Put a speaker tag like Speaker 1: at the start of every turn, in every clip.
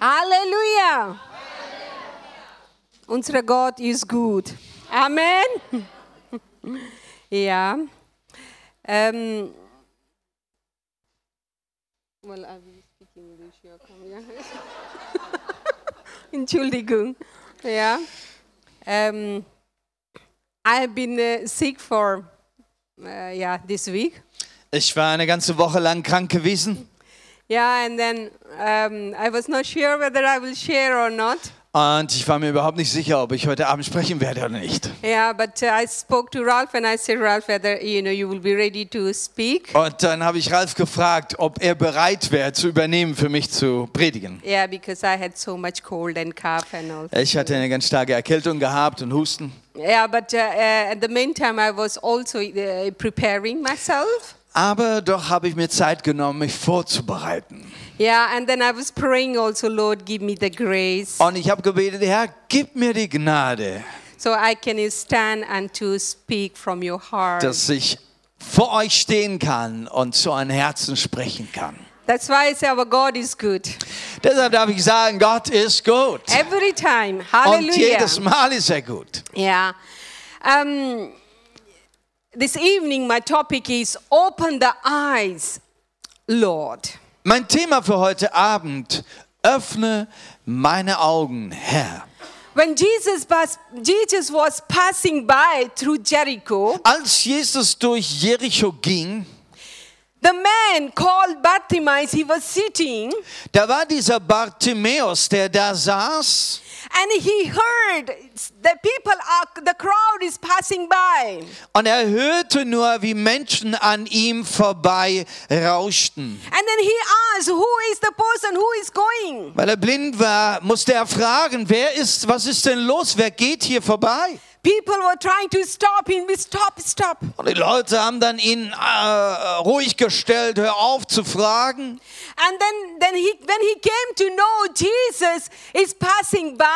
Speaker 1: Halleluja. Unser Gott ist gut. Amen. ja. Ähm. Well, I will speak English. You come, yeah. Entschuldigung. Ja. Ähm. I've been äh, sick for äh, yeah, this week.
Speaker 2: Ich war eine ganze Woche lang krank gewesen
Speaker 1: Yeah, and then um, I was not sure whether I will share or not.
Speaker 2: und ich war mir überhaupt nicht sicher, ob ich heute Abend sprechen werde oder nicht.
Speaker 1: Yeah, but uh, I spoke to Ralph and I said, Ralph, whether you know you will be ready to speak.
Speaker 2: Und dann habe ich Ralf gefragt, ob er bereit wäre, zu übernehmen, für mich zu predigen.
Speaker 1: Yeah, because I had so much cold and cough and all.
Speaker 2: Ich hatte eine ganz starke Erkältung gehabt und Husten.
Speaker 1: Yeah, but uh, uh, at the meantime, I was also uh, preparing myself.
Speaker 2: Aber doch habe ich mir Zeit genommen, mich vorzubereiten.
Speaker 1: Yeah, and then I was praying also, Lord, give me the grace
Speaker 2: Und ich habe gebetet, Herr, gib mir die Gnade,
Speaker 1: so I can stand and to speak from your heart.
Speaker 2: dass ich vor euch stehen kann und zu euren Herzen sprechen kann.
Speaker 1: That's why I say our God is good.
Speaker 2: Deshalb darf ich sagen, Gott ist gut.
Speaker 1: Every time.
Speaker 2: Und
Speaker 1: Hallelujah.
Speaker 2: jedes Mal ist er gut.
Speaker 1: Yeah. Um, this evening, my topic is Open the Eyes, Lord.
Speaker 2: Mein Thema für heute Abend, öffne meine Augen, Herr.
Speaker 1: When Jesus, pas- Jesus was passing by through Jericho,
Speaker 2: Als Jesus durch Jericho ging,
Speaker 1: the man called Bartimaeus, he was sitting
Speaker 2: da war dieser Bartimäus, der da saß
Speaker 1: and he heard the people, are, the crowd is passing by.
Speaker 2: und er hörte nur, wie Menschen an ihm vorbei rauschten.
Speaker 1: And then he asked, Who is the person who is going?
Speaker 2: Weil er blind war, musste er fragen, wer ist, was ist denn los, wer geht hier vorbei?
Speaker 1: People were trying to stop him. Stop, stop.
Speaker 2: Und die Leute haben dann ihn äh, ruhig gestellt, hör auf zu fragen.
Speaker 1: And then, then he, when he came to know Jesus is passing by,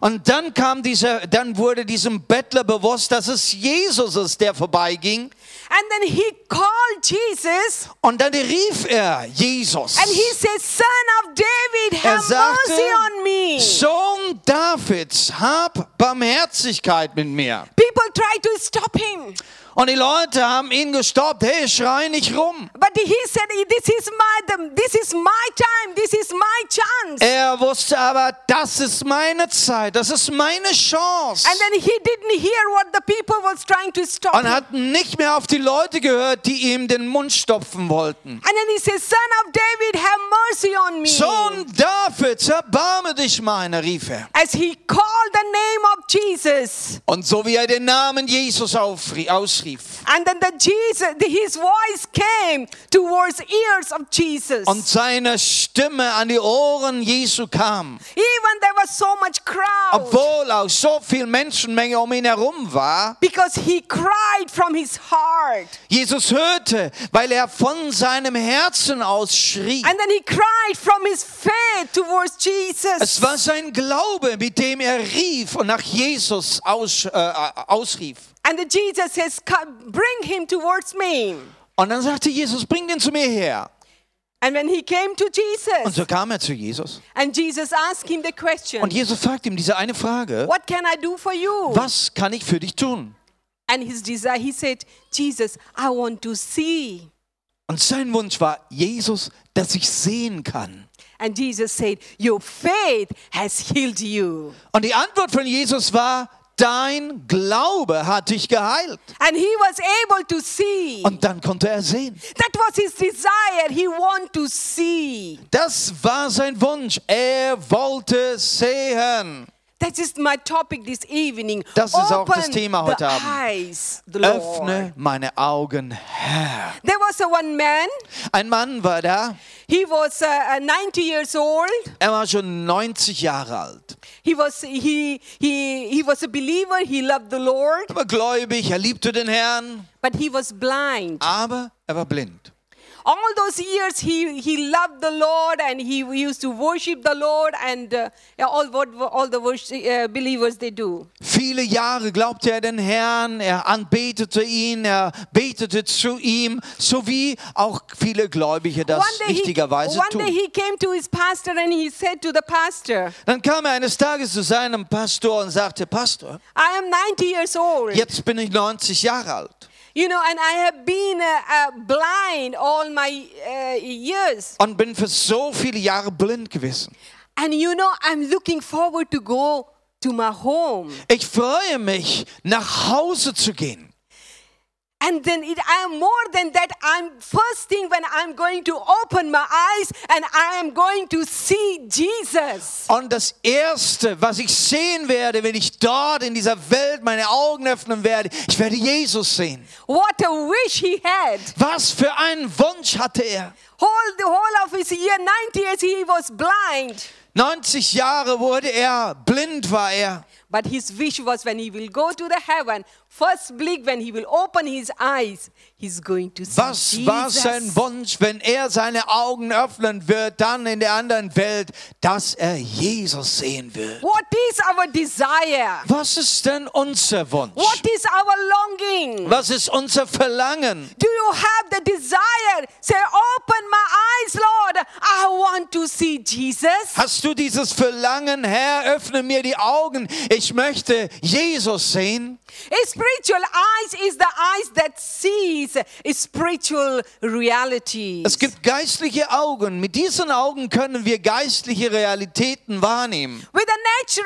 Speaker 2: Und dann kam dieser, dann wurde diesem Bettler bewusst, dass es Jesus ist, der vorbeiging.
Speaker 1: and then he called Jesus
Speaker 2: Und dann rief er Jesus.
Speaker 1: and he said, Son of David,
Speaker 2: Er
Speaker 1: have
Speaker 2: sagte,
Speaker 1: mercy on me.
Speaker 2: Sohn Davids, hab Barmherzigkeit mit mir.
Speaker 1: People tried to stop him,
Speaker 2: Und die Leute haben ihn gestoppt. Hey, schrei nicht rum.
Speaker 1: but he said, This is my, the- this is my time, this is my chance.
Speaker 2: Er wusste aber, das ist meine Zeit, das ist meine Chance.
Speaker 1: And then he didn't hear what the people was trying to stop
Speaker 2: Und
Speaker 1: him.
Speaker 2: hat nicht mehr auf die Leute gehört, die ihm den Mund stopfen wollten.
Speaker 1: And then he said, Son of David, have mercy on me.
Speaker 2: Sohn Davids, erbarme dich meiner, rief er.
Speaker 1: As he called the name of Jesus.
Speaker 2: Und so wie er den Namen Jesus aufrie- ausrief
Speaker 1: And then the Jesus, the- his voice came towards ears of Jesus.
Speaker 2: und seine Stimme an die Ohren Jesu kam,
Speaker 1: Even there was so much crowd
Speaker 2: obwohl auch so viel Menschenmenge um ihn herum war,
Speaker 1: because he cried from his heart.
Speaker 2: Jesus hörte, weil er von seinem Herzen aus schrie.
Speaker 1: And then he cried from his faith towards Jesus.
Speaker 2: Es war sein Glaube, mit dem er rief und nach Jesus aus, äh, ausrief.
Speaker 1: and the Jesus says, "Come, bring him towards me.
Speaker 2: Und dann sagte Jesus, bring den zu mir her.
Speaker 1: And when he came to
Speaker 2: Und
Speaker 1: Jesus,
Speaker 2: so kam er zu Jesus.
Speaker 1: and Jesus asked him the question,
Speaker 2: Und Jesus fragte ihm diese eine Frage,
Speaker 1: what can I do for you?
Speaker 2: was kann ich für dich tun?
Speaker 1: And his desire, he said, Jesus, I want to see.
Speaker 2: Und sein Wunsch war, Jesus, dass ich sehen kann.
Speaker 1: And Jesus said, Your faith has healed you.
Speaker 2: Und die Antwort von Jesus war, dein Glaube hat dich geheilt.
Speaker 1: And he was able to see.
Speaker 2: Und dann konnte er sehen.
Speaker 1: That was his desire. He wanted to see.
Speaker 2: Das war sein Wunsch. Er wollte sehen.
Speaker 1: That is my topic this evening.
Speaker 2: Das ist auch das
Speaker 1: Open
Speaker 2: Thema
Speaker 1: the
Speaker 2: heute Abend.
Speaker 1: eyes, the Lord.
Speaker 2: Öffne meine Augen, Herr.
Speaker 1: There was a one man.
Speaker 2: Ein Mann war da,
Speaker 1: He was uh, uh, 90 years old.
Speaker 2: er war schon 90 Jahre alt.
Speaker 1: He was he he he was a believer. He loved the Lord,
Speaker 2: Er war gläubig, er liebte den Herrn,
Speaker 1: but he was blind.
Speaker 2: aber er war blind.
Speaker 1: all those years he, he loved the Lord and he used to worship the Lord and uh, all what all the worship, uh, believers they do.
Speaker 2: Viele Jahre glaubte er den Herrn, er anbetete ihn, er betete zu ihm, so wie auch viele Gläubige das richtigerweise
Speaker 1: one day
Speaker 2: tun.
Speaker 1: he came to his pastor and he said to the pastor,
Speaker 2: Dann kam er eines Tages zu seinem Pastor und sagte, Pastor,
Speaker 1: I am 90 years old,
Speaker 2: jetzt bin ich 90 Jahre alt
Speaker 1: you know, and I have been uh, uh, blind all my uh, years.
Speaker 2: und bin für so viele Jahre blind gewesen.
Speaker 1: And you know, I'm looking forward to go to my home.
Speaker 2: Ich freue mich, nach Hause zu gehen.
Speaker 1: And then it, I am more than that. I'm first thing when I'm going to open my eyes and I am going to see Jesus.
Speaker 2: Und das Erste, was ich sehen werde, wenn ich dort in dieser Welt meine Augen öffnen werde, ich werde Jesus sehen.
Speaker 1: What a wish he had.
Speaker 2: Was für einen Wunsch hatte er?
Speaker 1: Whole the whole of his year, 90 years, he was blind.
Speaker 2: 90 Jahre wurde er, blind war er.
Speaker 1: But his wish was when he will go to the heaven, first blink when he will open his eyes, he's going to see
Speaker 2: Was war sein
Speaker 1: Jesus.
Speaker 2: Wunsch, wenn er seine Augen öffnen wird, dann in der anderen Welt, dass er Jesus sehen wird?
Speaker 1: What is our desire?
Speaker 2: Was ist denn unser Wunsch?
Speaker 1: What is our longing?
Speaker 2: Was ist unser Verlangen?
Speaker 1: Do you have the desire? Say, open my eyes, Lord. I want to see Jesus.
Speaker 2: Hast du dieses Verlangen, Herr, öffne mir die Augen, ich möchte Jesus sehen?
Speaker 1: Spiritual eyes is the eyes that sees spiritual realities.
Speaker 2: Es gibt geistliche Augen. Mit diesen Augen können wir geistliche Realitäten wahrnehmen.
Speaker 1: With the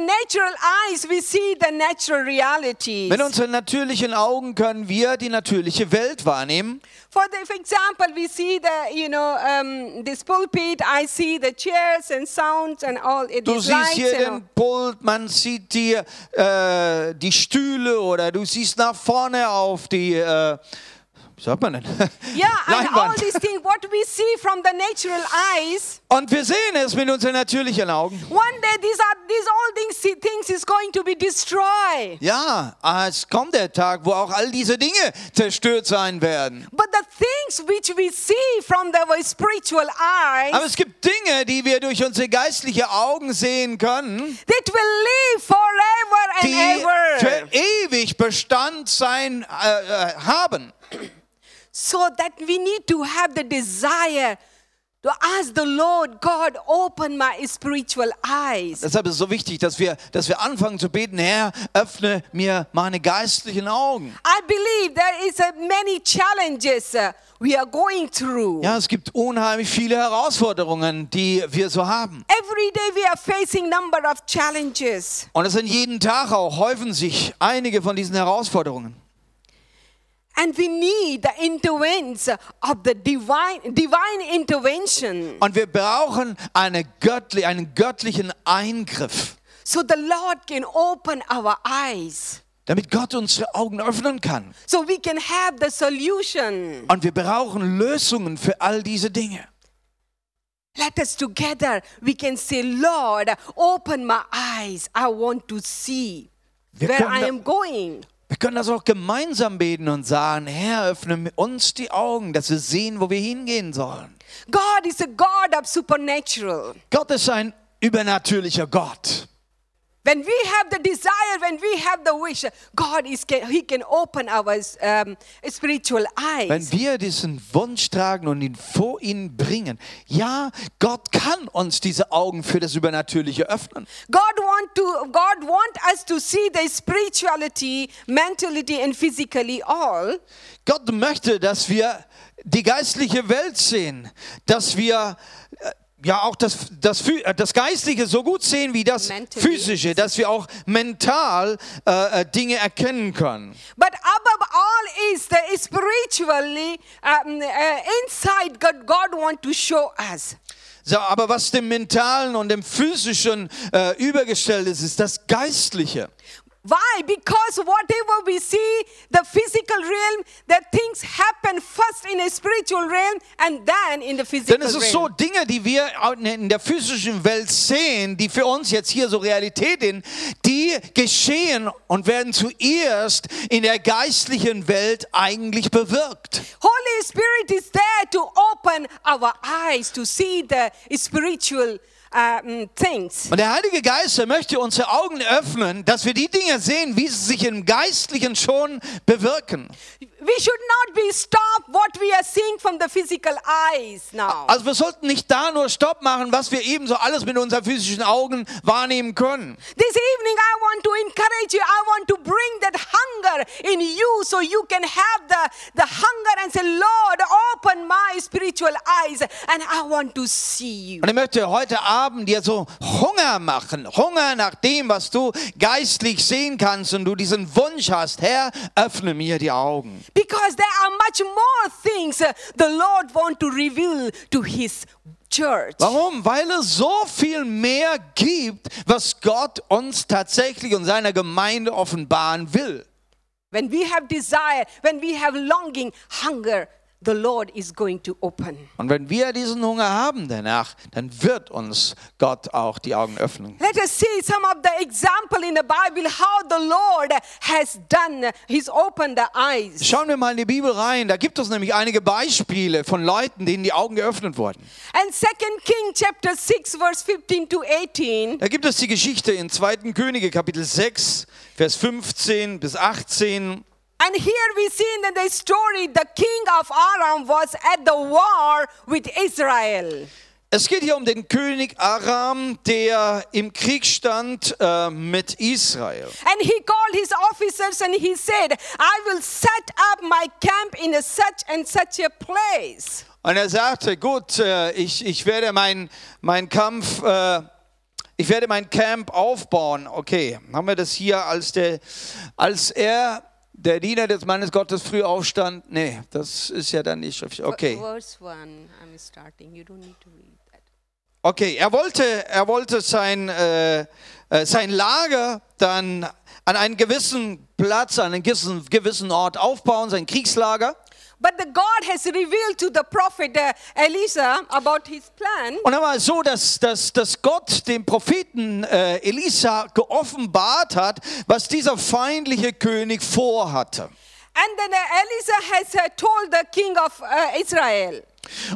Speaker 1: natural, uh, natural eyes, we see the natural realities.
Speaker 2: Mit unseren natürlichen Augen können wir die natürliche Welt wahrnehmen.
Speaker 1: For, the, for example, we see the, you know, um, this pulpit. I see the chairs and sounds and all. It
Speaker 2: Du
Speaker 1: is
Speaker 2: siehst
Speaker 1: lights
Speaker 2: hier
Speaker 1: and all.
Speaker 2: den Pult, man sieht hier äh, die Stühle oder du siehst nach vorne auf die, äh, wie sagt man denn?
Speaker 1: Yeah, and all
Speaker 2: Leinwand.
Speaker 1: these things. What we see from the natural eyes,
Speaker 2: Und wir sehen es mit unseren natürlichen Augen.
Speaker 1: one day these are these all things see- things is going to be destroyed.
Speaker 2: Ja, es kommt der Tag, wo auch all diese Dinge zerstört sein werden.
Speaker 1: But the things which we see from the our spiritual
Speaker 2: Aber
Speaker 1: eyes,
Speaker 2: es gibt Dinge, die wir durch unsere geistliche Augen sehen können,
Speaker 1: that will live forever
Speaker 2: die
Speaker 1: and ever.
Speaker 2: für ewig Bestand sein äh, äh, haben.
Speaker 1: So that we need to have the desire to ask the Lord God, open my spiritual eyes.
Speaker 2: Deshalb ist es so wichtig, dass wir, dass wir anfangen zu beten, Herr, öffne mir meine geistlichen Augen.
Speaker 1: I believe there is uh, many challenges uh, we are going through.
Speaker 2: Ja, es gibt unheimlich viele Herausforderungen, die wir so haben.
Speaker 1: Every day we are facing number of challenges.
Speaker 2: Und es sind jeden Tag auch, häufen sich einige von diesen Herausforderungen.
Speaker 1: And we need the intervention of the divine, divine intervention.
Speaker 2: Und wir brauchen eine göttli einen göttlichen Eingriff,
Speaker 1: So the Lord can open our eyes.
Speaker 2: damit Gott unsere Augen öffnen kann.
Speaker 1: So we can have the solution.
Speaker 2: Und wir brauchen Lösungen für all diese Dinge.
Speaker 1: Let us together, we can say, Lord, open my eyes. I want to see
Speaker 2: Wir
Speaker 1: where
Speaker 2: können
Speaker 1: I
Speaker 2: da-
Speaker 1: am going.
Speaker 2: Wir können das auch gemeinsam beten und sagen, Herr, öffne uns die Augen, dass wir sehen, wo wir hingehen sollen.
Speaker 1: God is a God of supernatural.
Speaker 2: Gott ist ein übernatürlicher Gott.
Speaker 1: When we have the desire, when we have the wish, God is can, He can open our um, spiritual
Speaker 2: Wenn
Speaker 1: eyes.
Speaker 2: wir diesen Wunsch tragen und ihn vor ihn bringen, ja, Gott kann uns diese Augen für das Übernatürliche öffnen.
Speaker 1: God want to God want us to see the spirituality, mentality, and physically all.
Speaker 2: Gott möchte, dass wir die geistliche Welt sehen, dass wir äh, ja auch das, das, Phy- äh, das Geistliche so gut sehen wie das
Speaker 1: Mentally.
Speaker 2: Physische, dass wir auch mental äh, äh, Dinge erkennen können.
Speaker 1: But above all is the spiritually um, uh, inside God God want to show us.
Speaker 2: So, aber was dem Mentalen und dem Physischen äh, übergestellt ist, ist das Geistliche.
Speaker 1: Why? Because whatever we see, the physical realm, that things happen first in a spiritual realm and then in the physical
Speaker 2: Denn es ist so,
Speaker 1: realm.
Speaker 2: Dinge, die wir in der physischen Welt sehen, die für uns jetzt hier so Realität sind, die geschehen und werden zuerst in der geistlichen Welt eigentlich bewirkt.
Speaker 1: Holy Spirit is there to open our eyes to see the spiritual um, things.
Speaker 2: Und der Heilige Geist, er möchte unsere Augen öffnen, dass wir die Dinge sehen, wie sie sich im Geistlichen schon bewirken.
Speaker 1: We should not be stopped what we are seeing from the physical eyes now.
Speaker 2: Also wir sollten nicht da nur Stopp machen, was wir ebenso alles mit unseren physischen Augen wahrnehmen können.
Speaker 1: This evening, I want to encourage you. I want to bring that hunger in you so you can have the, the hunger and say, Lord, open my spiritual eyes and I want to see you.
Speaker 2: Und ich möchte heute Abend dir so Hunger machen, Hunger nach dem, was du geistlich sehen kannst und du diesen Wunsch hast, Herr, öffne mir die Augen.
Speaker 1: Because there are much more things uh, the Lord want to reveal to His church.
Speaker 2: Warum? Weil es so viel mehr gibt, was Gott uns tatsächlich und seiner Gemeinde offenbaren will.
Speaker 1: When we have desire, when we have longing, hunger, the Lord is going to open.
Speaker 2: Und wenn wir diesen Hunger haben danach, dann wird uns Gott auch die Augen öffnen.
Speaker 1: Let us see some of the example in the Bible how the Lord has done. He's opened the eyes.
Speaker 2: Schauen wir mal in die Bibel rein, da gibt es nämlich einige Beispiele von Leuten, denen die Augen geöffnet wurden.
Speaker 1: And 2 King chapter 6 verse 15 to 18.
Speaker 2: Da gibt es die Geschichte in 2. Könige Kapitel 6, Vers 15 bis 18.
Speaker 1: And here we see in the story the king of Aram was at the war with Israel.
Speaker 2: Es geht hier um den König Aram, der im Krieg stand äh, mit Israel.
Speaker 1: And he called his officers and he said, I will set up my camp in a such and such a place.
Speaker 2: Und er sagte, gut, äh, ich, ich werde mein, mein Kampf, äh, ich werde mein Camp aufbauen. Okay, haben wir das hier, als, der, als er, der Diener des Mannes Gottes, früh aufstand? Nee, das ist ja dann nicht schriftlich. Okay.
Speaker 1: Verse 1, I'm starting. You don't need to read that.
Speaker 2: Okay, er wollte, er wollte sein, äh, äh, sein Lager dann an einen gewissen Platz, an einen gewissen, gewissen Ort aufbauen, sein Kriegslager.
Speaker 1: But the God has revealed to the prophet uh, Elisha about his plan.
Speaker 2: Und dann war es so, dass, dass, dass Gott dem Propheten äh, Elisa geoffenbart hat, was dieser feindliche König vorhatte.
Speaker 1: And then uh, Elisha has uh, told the king of uh, Israel.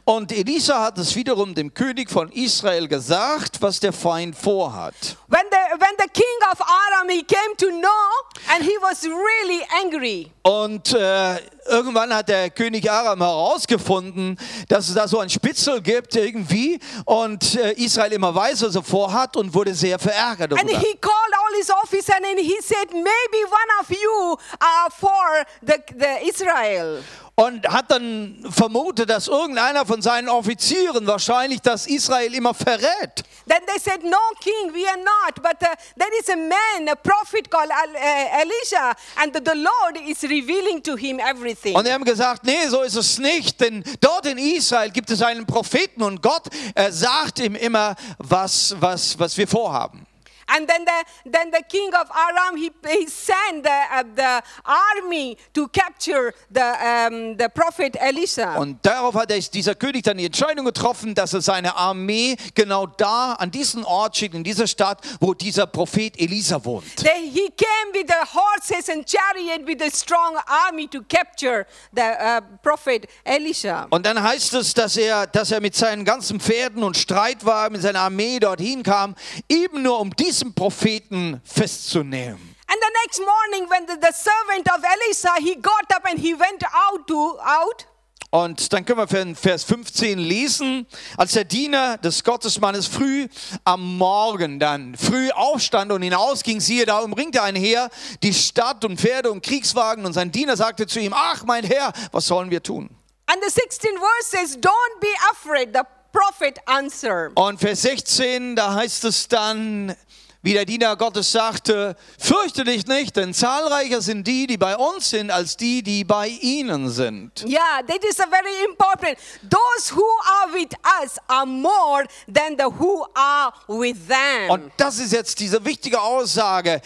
Speaker 2: Und Elisa hat es wiederum dem König von Israel gesagt, was der Feind vorhat.
Speaker 1: When the, when the king of Aram he came to know and he was really angry.
Speaker 2: Und äh, irgendwann hat der König Aram herausgefunden, dass es da so einen Spitzel gibt irgendwie und äh, Israel immer weiß, was er vorhat und wurde sehr verärgert.
Speaker 1: And
Speaker 2: Darüber.
Speaker 1: he called all his officers and he said, maybe one of you are for the, the Israel.
Speaker 2: Und hat dann vermutet, dass irgendeiner von seinen Offizieren wahrscheinlich das Israel immer verrät.
Speaker 1: Then they said, no king, we are not. But uh, there is a man, a prophet called Al- uh, Elisha and the, the Lord is revealing to him everything.
Speaker 2: Und die haben gesagt, nee, so ist es nicht, denn dort in Israel gibt es einen Propheten und Gott er sagt ihm immer, was, was, was wir vorhaben.
Speaker 1: And then the, then the king of Aram, he, he sent the, uh, the army to capture the, um, the prophet Elisha.
Speaker 2: Und darauf hat er- dieser König dann die Entscheidung getroffen, dass er seine Armee genau da, an diesen Ort schickt, in dieser Stadt, wo dieser Prophet Elisa wohnt.
Speaker 1: They, he came with the horses and chariot with a strong army to capture the uh, prophet Elisha.
Speaker 2: Und dann heißt es, dass er, dass er mit seinen ganzen Pferden und Streitwagen, mit seiner Armee dorthin kam, eben nur um diesen Propheten festzunehmen.
Speaker 1: And the next morning when the, the servant of Elisha, he got up and he went out to out.
Speaker 2: Und dann können wir für Vers 15 lesen, als der Diener des Gottesmannes früh am Morgen dann früh aufstand und hinausging, siehe, da umringte ein Heer die Stadt und Pferde und Kriegswagen und sein Diener sagte zu ihm, ach mein Herr, was sollen wir tun?
Speaker 1: And the 16th verse says, don't be afraid, the prophet answered.
Speaker 2: Und Vers 16, da heißt es dann, Wie der Diener Gottes sagte, fürchte dich nicht, denn zahlreicher sind die, die bei uns sind, als die, die bei ihnen sind.
Speaker 1: Yeah, that is a very important. Those who are with us are more than the who are with them.
Speaker 2: Und das ist jetzt diese wichtige Aussage.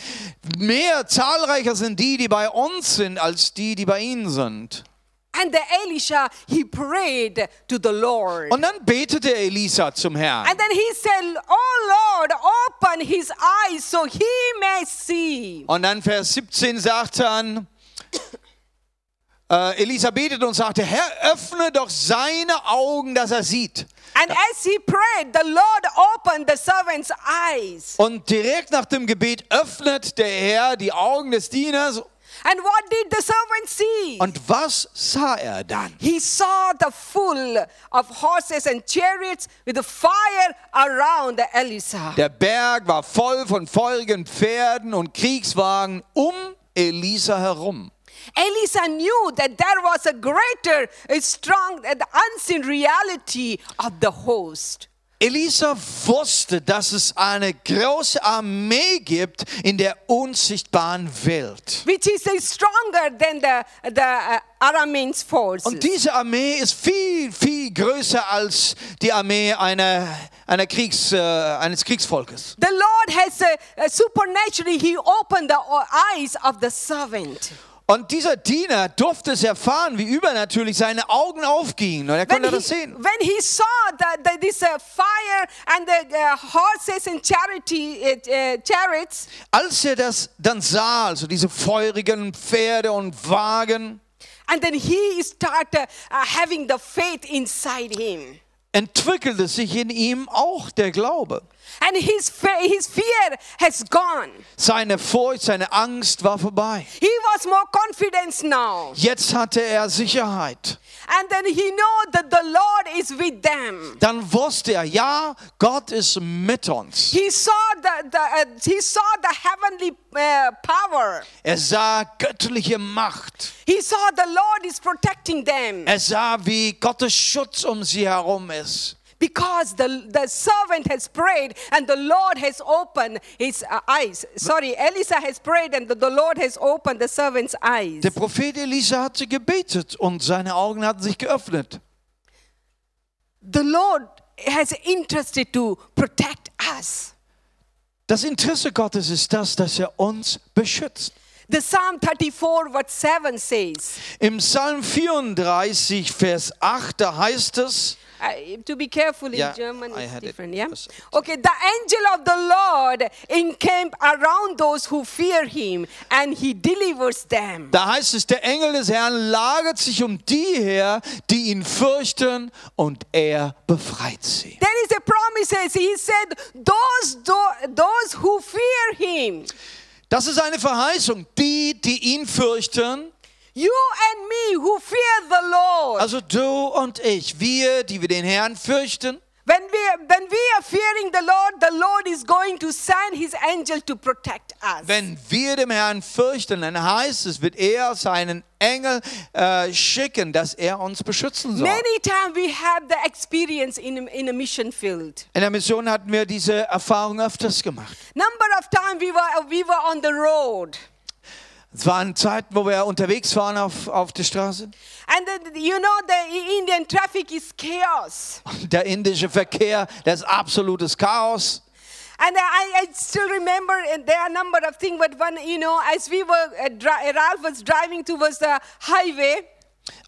Speaker 2: Mehr zahlreicher sind die, die bei uns sind, als die, die bei ihnen sind.
Speaker 1: and the Elisha, he prayed to the Lord.
Speaker 2: Und dann betete Elisa zum Herrn.
Speaker 1: and then he said, Oh Lord, open his eyes so he may see.
Speaker 2: Und dann Vers 17 sagt dann, äh, Elisa betet und sagte, Herr, öffne doch seine Augen, dass er sieht.
Speaker 1: And as he prayed, the Lord opened the servant's eyes.
Speaker 2: Und direkt nach dem Gebet öffnet der Herr die Augen des Dieners.
Speaker 1: And what did the servant see?
Speaker 2: Und was sah er dann?
Speaker 1: He saw the full of horses and chariots with the fire around the Elisha.
Speaker 2: Der Berg war voll von feurigen Pferden und Kriegswagen um Elisa herum.
Speaker 1: Elisa knew that there was a greater, a strong, and unseen reality of the host.
Speaker 2: Elisa wusste, dass es eine große Armee gibt in der unsichtbaren Welt.
Speaker 1: Which is uh, stronger than the, the uh, Aramean's force.
Speaker 2: Und diese Armee ist viel, viel größer als die Armee einer, einer Kriegs, äh, eines Kriegsvolkes.
Speaker 1: The Lord has uh, uh, supernaturally, He opened the uh, eyes of the servant.
Speaker 2: Und dieser Diener durfte es erfahren, wie übernatürlich seine Augen aufgingen. Und er
Speaker 1: When
Speaker 2: konnte das
Speaker 1: he,
Speaker 2: sehen.
Speaker 1: when he saw the, the, this uh, fire and the uh, horses and charity, uh, uh, chariots,
Speaker 2: Als er das dann sah, also diese feurigen Pferde und Wagen,
Speaker 1: and then he started uh, having the faith inside him.
Speaker 2: entwickelte sich in ihm auch der Glaube.
Speaker 1: And his, fe- his fear has gone.
Speaker 2: Seine Furcht, seine Angst war vorbei.
Speaker 1: He was more confident now.
Speaker 2: Jetzt hatte er Sicherheit.
Speaker 1: And then he know that the Lord is with them.
Speaker 2: Dann wusste er, ja, Gott ist mit uns.
Speaker 1: He saw the, the, uh, he saw the heavenly uh, power.
Speaker 2: Er sah göttliche Macht.
Speaker 1: He saw the Lord is protecting them
Speaker 2: Er sah, wie Gottes Schutz um sie herum ist.
Speaker 1: because the, the servant has prayed and the Lord has opened his uh, eyes. Sorry, Elisa has prayed and the, the Lord has opened the servant's eyes.
Speaker 2: Der Prophet Elisa hatte gebetet und seine Augen hatten sich geöffnet.
Speaker 1: The Lord has interested to protect us.
Speaker 2: Das Interesse Gottes ist das, dass er uns beschützt.
Speaker 1: The Psalm 34, verse 7 says,
Speaker 2: Im Psalm 34, Vers 8, da heißt es,
Speaker 1: I- to be careful in
Speaker 2: Yeah,
Speaker 1: German,
Speaker 2: I
Speaker 1: it's
Speaker 2: had it.
Speaker 1: different, yeah?
Speaker 2: Yes.
Speaker 1: Okay, the angel of the Lord encamp around those who fear him and he delivers them.
Speaker 2: da heißt es, der Engel des Herrn lagert sich um die her, die ihn fürchten, und er befreit sie.
Speaker 1: There is a promise, he said, those, tho- those who fear him,
Speaker 2: Das ist eine Verheißung. Die, die ihn fürchten,
Speaker 1: you and me who fear the Lord.
Speaker 2: Also du und ich, wir, die wir den Herrn fürchten,
Speaker 1: When we, when we are fearing the Lord, the Lord is going to send his angel to protect us.
Speaker 2: wenn wir dem Herrn fürchten, dann heißt es, wird er seinen Engel äh, schicken, dass er uns beschützen soll.
Speaker 1: Many times we have the experience in, in a mission field.
Speaker 2: In der Mission hatten wir diese Erfahrung öfters gemacht.
Speaker 1: Number of times we were, we were on the road.
Speaker 2: Es waren Zeiten, wo wir unterwegs waren auf, auf der Straße.
Speaker 1: And then, you know, the Indian traffic is chaos.
Speaker 2: Der indische Verkehr, das ist absolutes Chaos.
Speaker 1: And I, I still remember uh, there are a number of things, but one, you know, as we were, uh, dri- Ralph was driving towards the highway,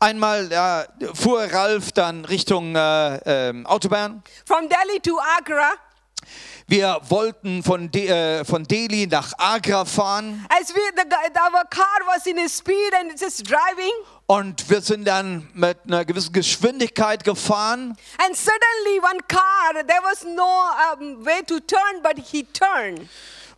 Speaker 2: Einmal äh, fuhr Ralf dann Richtung äh, ähm, Autobahn.
Speaker 1: from Delhi to Agra,
Speaker 2: Wir wollten von, De äh, von Delhi nach Agra fahren.
Speaker 1: as we, the, gu- our car was in a speed and it's just driving,
Speaker 2: Und wir sind dann mit einer gewissen Geschwindigkeit gefahren
Speaker 1: and suddenly one car, there was no um, way to turn, but he turned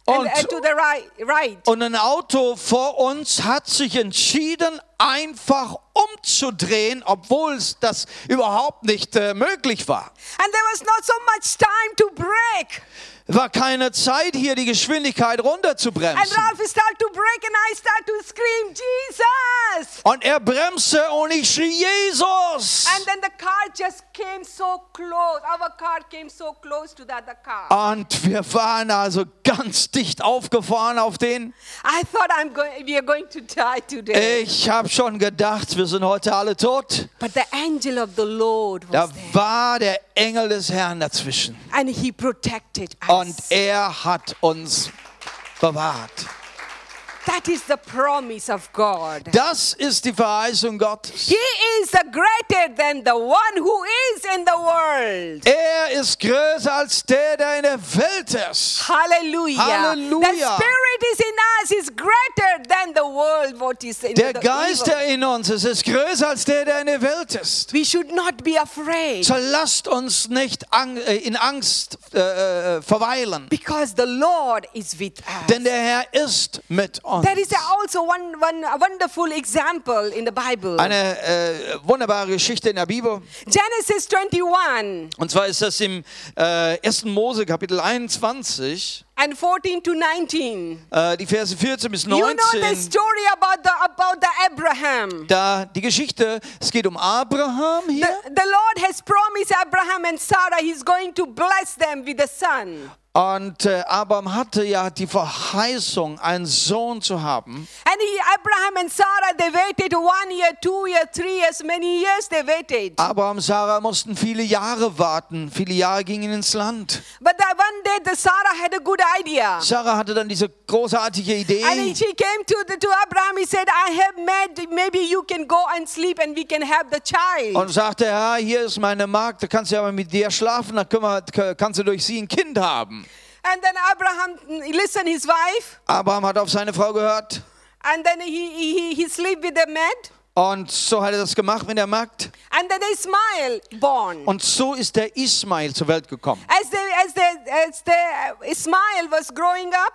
Speaker 1: and,
Speaker 2: Und-
Speaker 1: uh, to the right, right.
Speaker 2: und ein Auto vor uns hat sich entschieden, einfach umzudrehen, obwohl es das überhaupt nicht äh, möglich war.
Speaker 1: And there was not so much time to brake.
Speaker 2: war keine Zeit hier, die Geschwindigkeit runterzubremsen.
Speaker 1: And Ralph started to break and I started to scream, Jesus!
Speaker 2: Und er bremste und ich schrie, Jesus!
Speaker 1: And then the car just came so close. Our car came so close to the other car.
Speaker 2: Uh, Und wir waren also ganz dicht aufgefahren auf den.
Speaker 1: I thought I'm going we are going to die today.
Speaker 2: Ich habe schon gedacht, wir sind heute alle tot.
Speaker 1: But the angel of the Lord was
Speaker 2: Da
Speaker 1: there.
Speaker 2: war der Engel des Herrn dazwischen.
Speaker 1: And he protected
Speaker 2: Und
Speaker 1: us.
Speaker 2: er hat uns bewahrt.
Speaker 1: that is the promise of God.
Speaker 2: Das ist die Verheißung Gottes.
Speaker 1: He is the greater than the one who is in the world.
Speaker 2: Er ist größer als der, der in der Welt ist.
Speaker 1: Hallelujah. The
Speaker 2: Hallelujah.
Speaker 1: Spirit is in us is greater than the world what is in
Speaker 2: Der
Speaker 1: the
Speaker 2: Geist,
Speaker 1: evil.
Speaker 2: der in uns ist, ist größer als der, der in der Welt ist.
Speaker 1: We should not be afraid
Speaker 2: So lasst uns nicht ang äh, in Angst äh, äh, verweilen,
Speaker 1: because the Lord is with us.
Speaker 2: denn der Herr ist mit uns.
Speaker 1: There is also one, one wonderful example in the Bible.
Speaker 2: Eine äh, wunderbare Geschichte in der Bibel.
Speaker 1: Genesis 21
Speaker 2: Und zwar ist das im äh, 1. Mose Kapitel 21,
Speaker 1: and 14 to 19.
Speaker 2: äh, die Verse 14 bis
Speaker 1: You know the
Speaker 2: 19.
Speaker 1: story about the about the Abraham.
Speaker 2: Da die Geschichte, es geht um Abraham
Speaker 1: The,
Speaker 2: hier.
Speaker 1: the Lord has promised Abraham and Sarah he's going to bless them with a son.
Speaker 2: Und äh, Abraham hatte ja die Verheißung, einen Sohn zu haben.
Speaker 1: And he, Abraham and Sarah, they waited one year, two year, three years, many years they waited.
Speaker 2: Abraham und Sarah mussten viele Jahre warten. Viele Jahre gingen ins Land.
Speaker 1: But the, one day the Sarah had a good idea.
Speaker 2: Sarah hatte dann diese großartige Idee.
Speaker 1: And she came to, the, to Abraham, he said, I have made, maybe you can go and sleep and we can have the child.
Speaker 2: Und sagte, ja, hier ist meine Magd, da kannst du ja mal mit dir schlafen, dann können wir, kannst du durch sie ein Kind haben.
Speaker 1: And then Abraham mm, listened his wife
Speaker 2: Abraham hat auf seine Frau gehört
Speaker 1: and then he, he, he sleep with the maid.
Speaker 2: und so hat er das gemacht mit der Magd.
Speaker 1: And then Ismail born.
Speaker 2: Und so ist der Ismail zur Welt gekommen.
Speaker 1: As the, as the, as the uh, Ismail was growing up,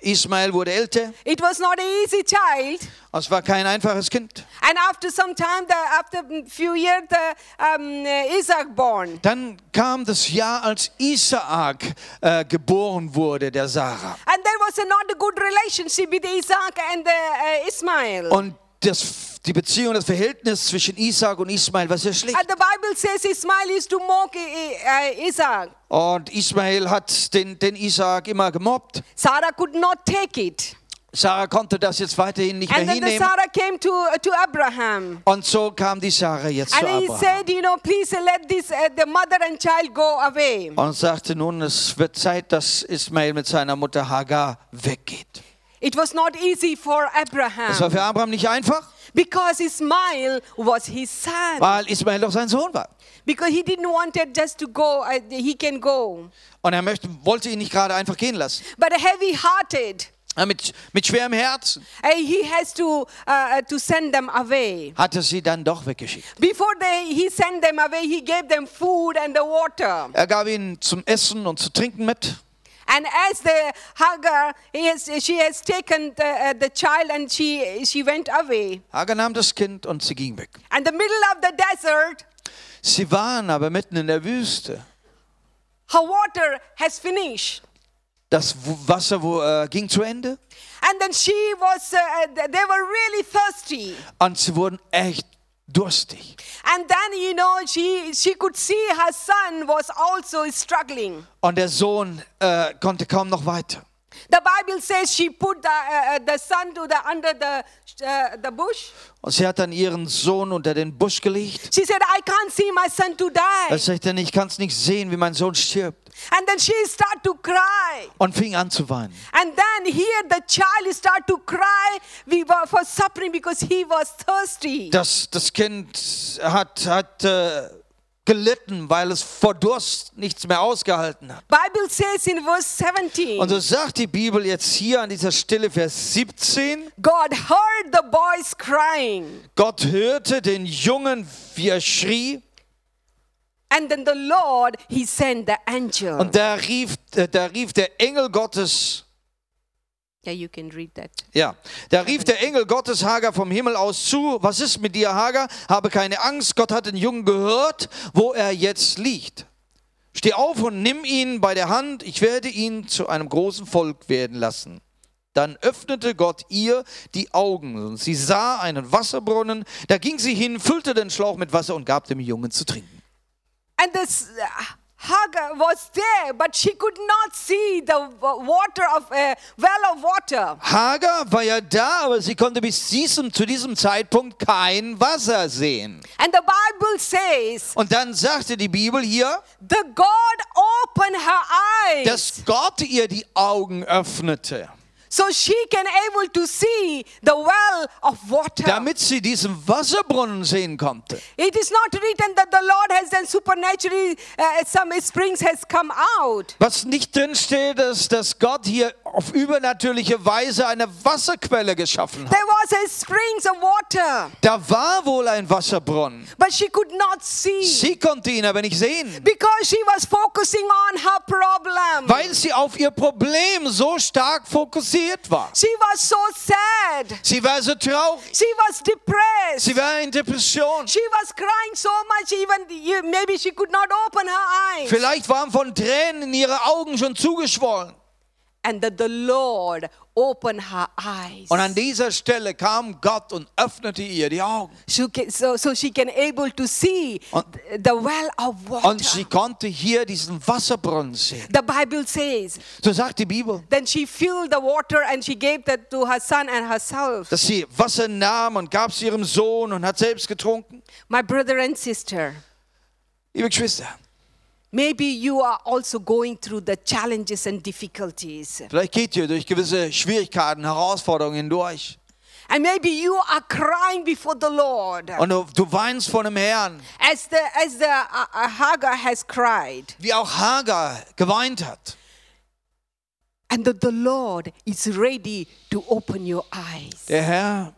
Speaker 2: Ismail wurde älter,
Speaker 1: it was not an easy child.
Speaker 2: und es war kein einfaches Kind.
Speaker 1: And after some time, the, after a few years, the, um, uh, Isaac born.
Speaker 2: Dann kam das Jahr, als Isaak äh, geboren wurde, der Sarah.
Speaker 1: And there was a not a good relationship with Isaac and the, uh, Ismail.
Speaker 2: Und das, die Beziehung, das Verhältnis zwischen Isaak und Ismail war sehr schlecht.
Speaker 1: And the Bible says Ismail used to mock I- I- uh, Isaac.
Speaker 2: Und Ismail hat den, den Isaak immer gemobbt.
Speaker 1: Sarah could not take it.
Speaker 2: Sarah konnte das jetzt weiterhin nicht
Speaker 1: And
Speaker 2: mehr
Speaker 1: then the
Speaker 2: hinnehmen.
Speaker 1: Sarah came to, uh, to Abraham.
Speaker 2: Und so kam die Sarah jetzt zu
Speaker 1: And he
Speaker 2: Abraham
Speaker 1: said, you know, please let this, uh, the mother and child go away.
Speaker 2: und sagte nun, es wird Zeit, dass Ismail mit seiner Mutter Hagar weggeht.
Speaker 1: It was not easy for
Speaker 2: Das war
Speaker 1: Abraham
Speaker 2: für Abraham nicht einfach,
Speaker 1: because Ismail was his son.
Speaker 2: weil Ismail doch sein Sohn war.
Speaker 1: Because he didn't want it just to go, uh, he can go.
Speaker 2: Und er möchte, wollte ihn nicht gerade einfach gehen lassen.
Speaker 1: But heavy hearted,
Speaker 2: Ja, Mit, mit schwerem Herzen
Speaker 1: eh, he has to, uh, to send them away.
Speaker 2: hatte sie dann doch weggeschickt.
Speaker 1: Before they, he sent them away, he gave them food and the water.
Speaker 2: Er gab ihnen zum Essen und zu trinken mit.
Speaker 1: And as the Hagar, he has, she has taken the, uh, the child and she, she went away.
Speaker 2: Hagar nahm das Kind und sie ging weg.
Speaker 1: And the middle of the desert,
Speaker 2: Sie waren aber mitten in der Wüste.
Speaker 1: her water has finished.
Speaker 2: Das W- Wasser wo, äh, ging zu Ende
Speaker 1: And then she was, uh, they were really thirsty.
Speaker 2: und sie wurden echt durstig.
Speaker 1: And then, you know, she, she could see her son was also struggling.
Speaker 2: Und der Sohn äh, konnte kaum noch weiter.
Speaker 1: The Bible says she put the, uh, uh, the son to the, under the, uh, the bush.
Speaker 2: Und sie hat dann ihren Sohn unter den Busch gelegt.
Speaker 1: She said, I can't see my son to
Speaker 2: Er
Speaker 1: die.
Speaker 2: sagte, ich kann es nicht sehen, wie mein Sohn stirbt.
Speaker 1: And then she started to cry.
Speaker 2: Und fing an zu weinen.
Speaker 1: And then here the child started to cry we were for suffering because he was thirsty.
Speaker 2: Das, das Kind hat, hat äh, gelitten, weil es vor Durst nichts mehr ausgehalten hat.
Speaker 1: Bible says in verse 17,
Speaker 2: Und so sagt die Bibel jetzt hier an dieser Stelle, Vers 17,
Speaker 1: God heard the boys crying.
Speaker 2: Gott hörte den Jungen, wie er schrie,
Speaker 1: And then the Lord, he sent the angel.
Speaker 2: und da rief, äh, da rief der Engel Gottes,
Speaker 1: yeah, you can read that.
Speaker 2: ja, da rief der Engel Gottes Hagar vom Himmel aus zu, was ist mit dir, Hagar? Habe keine Angst, Gott hat den Jungen gehört, wo er jetzt liegt. Steh auf und nimm ihn bei der Hand, ich werde ihn zu einem großen Volk werden lassen. Dann öffnete Gott ihr die Augen und sie sah einen Wasserbrunnen. Da ging sie hin, füllte den Schlauch mit Wasser und gab dem Jungen zu trinken.
Speaker 1: And this uh, Hagar was there, but she could not see the wa- water of a well of water.
Speaker 2: Hagar war ja da, aber sie konnte bis diesem, zu diesem Zeitpunkt kein Wasser sehen.
Speaker 1: And the Bible says,
Speaker 2: Und dann sagte die Bibel hier,
Speaker 1: the God opened her eyes
Speaker 2: dass Gott ihr die Augen öffnete,
Speaker 1: so she can able to see the well of water.
Speaker 2: damit sie diesen Wasserbrunnen sehen konnte.
Speaker 1: It is not written that the Lord has done supernaturally uh, some springs has come out.
Speaker 2: Was nicht drin steht, ist, dass Gott hier auf übernatürliche Weise eine Wasserquelle geschaffen hat.
Speaker 1: There was a springs of water,
Speaker 2: Da war wohl ein Wasserbrunnen.
Speaker 1: but she could not see
Speaker 2: Sie konnte ihn aber nicht sehen,
Speaker 1: because she was focusing on her problem.
Speaker 2: weil sie auf ihr Problem so stark fokussiert war.
Speaker 1: She was so sad.
Speaker 2: Sie war so traurig,
Speaker 1: She was depressed.
Speaker 2: sie war in Depression.
Speaker 1: She was crying so much, even you- maybe she could not open her eyes.
Speaker 2: Vielleicht waren von Tränen ihre Augen schon zugeschwollen.
Speaker 1: And that the Lord opened her eyes.
Speaker 2: Und an dieser Stelle kam Gott und öffnete ihr die Augen.
Speaker 1: She can- so, so she can able to see
Speaker 2: Und-
Speaker 1: th- the well of
Speaker 2: Und
Speaker 1: water.
Speaker 2: sie konnte hier diesen Wasserbrunnen sehen.
Speaker 1: The Bible says,
Speaker 2: So sagt die Bibel,
Speaker 1: then she filled the water and she gave that to her son and herself.
Speaker 2: dass sie Wasser nahm und gab es ihrem Sohn und hat selbst getrunken.
Speaker 1: My brother and sister,
Speaker 2: Liebe Geschwister,
Speaker 1: maybe you are also going through the challenges and difficulties.
Speaker 2: vielleicht geht ihr durch gewisse Schwierigkeiten, Herausforderungen hindurch.
Speaker 1: And maybe you are crying before the Lord.
Speaker 2: Und du, du weinst vor dem Herrn,
Speaker 1: As the as the uh, uh, Hagar has cried,
Speaker 2: wie auch Hagar geweint hat.
Speaker 1: and that the Lord is ready to open your eyes.
Speaker 2: Der Herr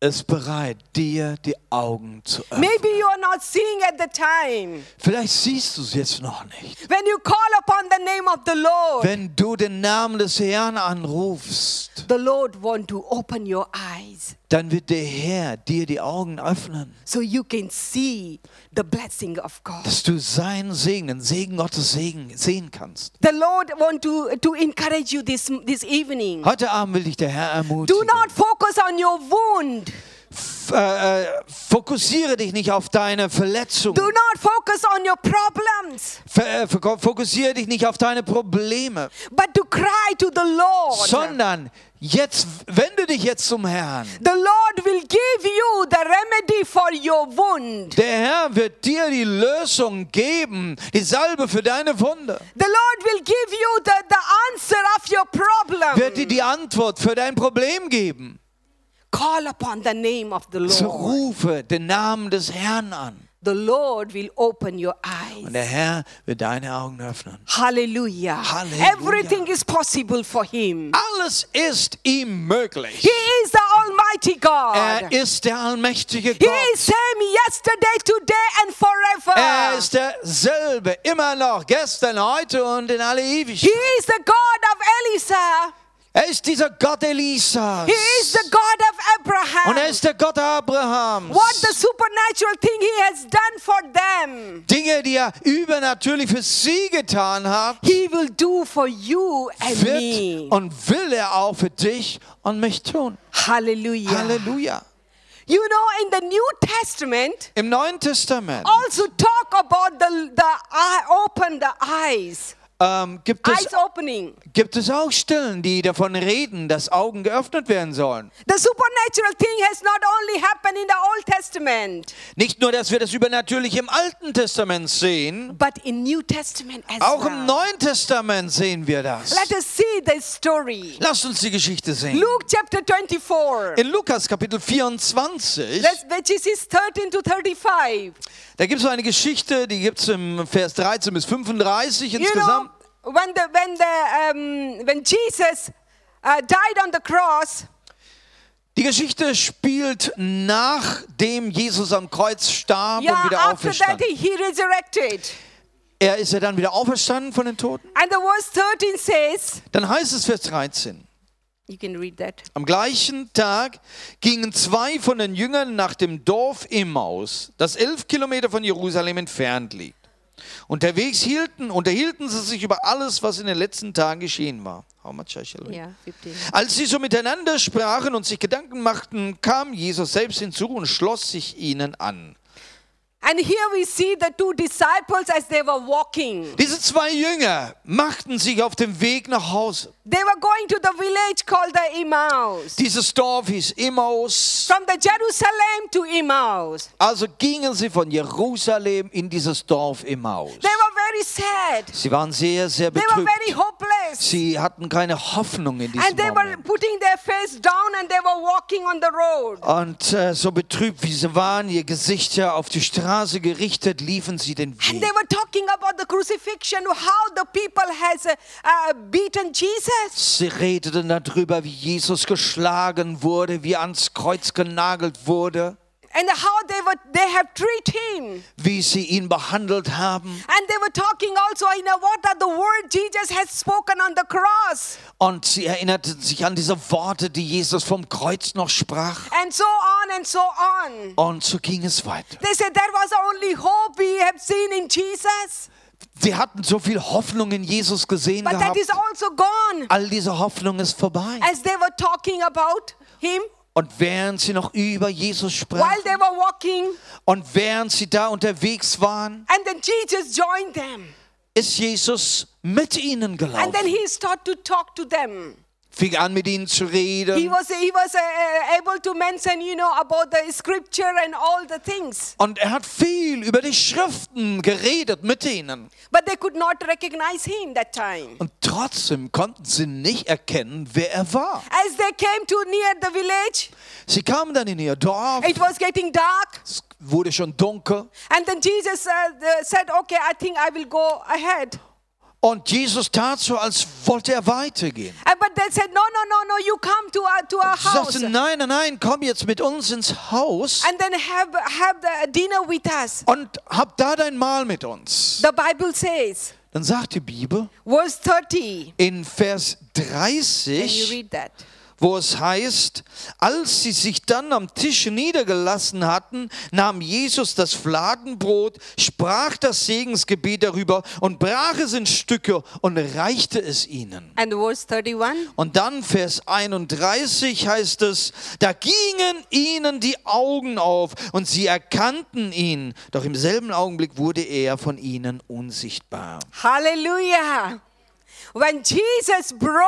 Speaker 2: ist bereit, dir die Augen zu öffnen.
Speaker 1: Maybe you are not seeing at the time.
Speaker 2: Vielleicht siehst du es jetzt noch nicht.
Speaker 1: When you call upon the name of the Lord,
Speaker 2: Wenn du den Namen des Herrn anrufst,
Speaker 1: the Lord want to open your eyes
Speaker 2: dann wird der Herr dir die Augen öffnen,
Speaker 1: so you can see the blessing of God.
Speaker 2: dass du seinen Segen, den Segen Gottes Segen sehen kannst.
Speaker 1: The Lord want to, to encourage you this, this evening.
Speaker 2: Heute Abend will dich der Herr ermutigen.
Speaker 1: Do not focus on your wound.
Speaker 2: F- äh, äh, fokussiere dich nicht auf deine Verletzung.
Speaker 1: Do not focus on your problems,
Speaker 2: F äh, fok- fokussiere dich nicht auf deine Probleme,
Speaker 1: but to cry to the Lord.
Speaker 2: sondern jetzt wende dich jetzt zum Herrn.
Speaker 1: The Lord will give you the remedy for your wound.
Speaker 2: Der Herr wird dir die Lösung geben, die Salbe für deine Wunde.
Speaker 1: The Lord will give you the, the answer of your
Speaker 2: wird dir
Speaker 1: problem.
Speaker 2: die Antwort für dein Problem geben.
Speaker 1: Call upon the name of the
Speaker 2: So
Speaker 1: Lord.
Speaker 2: rufe den Namen des Herrn an.
Speaker 1: The Lord will open your
Speaker 2: Und
Speaker 1: eyes.
Speaker 2: der Herr wird deine Augen öffnen.
Speaker 1: Hallelujah.
Speaker 2: Hallelujah.
Speaker 1: Everything is possible for Him.
Speaker 2: Alles ist ihm möglich.
Speaker 1: He is the Almighty God.
Speaker 2: Er ist der allmächtige
Speaker 1: He
Speaker 2: Gott.
Speaker 1: is same yesterday, today, and forever.
Speaker 2: Er ist derselbe, immer noch, gestern, heute und in alle
Speaker 1: He
Speaker 2: Ewigkeit.
Speaker 1: is the God of Elisa.
Speaker 2: Er ist dieser Gott Elisas.
Speaker 1: He is the God of Abraham.
Speaker 2: Und er ist der Gott Abrahams.
Speaker 1: what the supernatural thing He has done for them,
Speaker 2: Dinge, die er übernatürlich für sie getan hat,
Speaker 1: He will do for you and me.
Speaker 2: wird und will er auch für dich und mich tun.
Speaker 1: Hallelujah.
Speaker 2: Halleluja.
Speaker 1: You know, in the New Testament,
Speaker 2: Im Neuen Testament
Speaker 1: also talk about the, the eye, open the eyes,
Speaker 2: ähm, gibt, es,
Speaker 1: eyes opening.
Speaker 2: gibt es auch Stellen, die davon reden, dass Augen geöffnet werden sollen.
Speaker 1: The supernatural thing has not only happened in the Old Testament,
Speaker 2: Nicht nur, dass wir das übernatürlich im Alten Testament sehen,
Speaker 1: but in New Testament as
Speaker 2: auch
Speaker 1: well.
Speaker 2: im Neuen Testament sehen wir das.
Speaker 1: Let us see the story.
Speaker 2: Lasst uns die Geschichte sehen.
Speaker 1: Luke chapter 24.
Speaker 2: In Lukas Kapitel 24,
Speaker 1: That's, which is is 13 to 35.
Speaker 2: da gibt es eine Geschichte, die gibt es im Vers 13 bis 35
Speaker 1: You know,
Speaker 2: insgesamt.
Speaker 1: when the when the um, when Jesus uh, died on the cross,
Speaker 2: Die Geschichte spielt nachdem Jesus am Kreuz starb und
Speaker 1: yeah,
Speaker 2: wieder
Speaker 1: after that
Speaker 2: auferstand.
Speaker 1: he, he resurrected.
Speaker 2: Er ist ja dann wieder auferstanden von den Toten.
Speaker 1: And the verse 13 says,
Speaker 2: Dann heißt es Vers 13.
Speaker 1: you can read that.
Speaker 2: Am gleichen Tag gingen zwei von den Jüngern nach dem Dorf Emmaus, das elf Kilometer von Jerusalem entfernt liegt. Unterwegs hielten, unterhielten sie sich über alles, was in den letzten Tagen geschehen war. How much I shall read?
Speaker 3: Yeah, 15.
Speaker 2: Als sie so miteinander sprachen und sich Gedanken machten, kam Jesus selbst hinzu und schloss sich ihnen an.
Speaker 1: And here we see the two disciples as they were walking.
Speaker 2: Diese zwei Jünger machten sich auf den Weg nach Hause.
Speaker 1: They were going to the village called the Emmaus.
Speaker 2: Dieses Dorf hieß Emmaus.
Speaker 1: From the Jerusalem to Emmaus.
Speaker 2: Also gingen sie von Jerusalem in dieses Dorf Emmaus.
Speaker 1: They were very sad.
Speaker 2: Sie waren sehr, sehr
Speaker 1: They were
Speaker 2: betrübt.
Speaker 1: very hopeless.
Speaker 2: Sie hatten keine Hoffnung in diesem
Speaker 1: And they were
Speaker 2: Moment.
Speaker 1: putting their face down and they were walking on the road.
Speaker 2: Und äh, so betrübt wie sie waren, ihr Gesichter auf die Straße gerichtet, liefen sie den
Speaker 1: And
Speaker 2: Weg.
Speaker 1: they were talking about the crucifixion, how the people has uh, uh, beaten Jesus.
Speaker 2: Sie redeten darüber, wie Jesus geschlagen wurde, wie er ans Kreuz genagelt wurde,
Speaker 1: And how they were they have treated him.
Speaker 2: wie sie ihn behandelt haben.
Speaker 1: And they were talking also, you know, what are the word Jesus has spoken on the cross.
Speaker 2: Und sie erinnerten sich an diese Worte, die Jesus vom Kreuz noch sprach.
Speaker 1: And so on and so on.
Speaker 2: Und so ging es weiter.
Speaker 1: They said that was the only hope we have seen in Jesus.
Speaker 2: Sie hatten so viel Hoffnung in Jesus gesehen
Speaker 1: But that
Speaker 2: gehabt.
Speaker 1: is also gone.
Speaker 2: All diese Hoffnung ist vorbei.
Speaker 1: As they were talking about him
Speaker 2: Und während sie noch über Jesus sprachen
Speaker 1: while they were walking,
Speaker 2: und während sie da unterwegs waren,
Speaker 1: and then Jesus joined them.
Speaker 2: ist Jesus mit ihnen
Speaker 1: And then
Speaker 2: gelaufen.
Speaker 1: he started to talk to them.
Speaker 2: Fing an, mit ihnen zu
Speaker 1: He
Speaker 2: reden.
Speaker 1: was he was uh, uh, able to mention you know about the scripture and all the things,
Speaker 2: Und er hat viel über die Schriften geredet mit ihnen.
Speaker 1: but they could not recognize him that time.
Speaker 2: Und trotzdem konnten sie nicht erkennen, wer er war.
Speaker 1: As they came to near the village,
Speaker 2: Sie kamen dann in ihr Dorf,
Speaker 1: it was getting dark,
Speaker 2: es wurde schon dunkel.
Speaker 1: and then Jesus uh, the- said, "Okay, I think I will go ahead."
Speaker 2: Und Jesus tat so, als wollte er weitergehen.
Speaker 1: And, Uh, but they said, "No, no, no, no! You come to our to our
Speaker 2: Sie
Speaker 1: house."
Speaker 2: sagten, nein, nein, nein, komm jetzt mit uns ins Haus
Speaker 1: And then have have the dinner with us.
Speaker 2: und hab da dein Mahl mit uns.
Speaker 1: The Bible says,
Speaker 2: Dann sagt die Bibel
Speaker 1: verse thirty.
Speaker 2: in Vers
Speaker 1: Can you
Speaker 2: 30,
Speaker 1: read that?
Speaker 2: wo es heißt, als sie sich dann am Tisch niedergelassen hatten, nahm Jesus das Fladenbrot, sprach das Segensgebet darüber und brach es in Stücke und reichte es ihnen.
Speaker 1: And verse thirty-one.
Speaker 2: Und dann Vers 31 heißt es, da gingen ihnen die Augen auf und sie erkannten ihn, doch im selben Augenblick wurde er von ihnen unsichtbar.
Speaker 1: Hallelujah. When Jesus broke,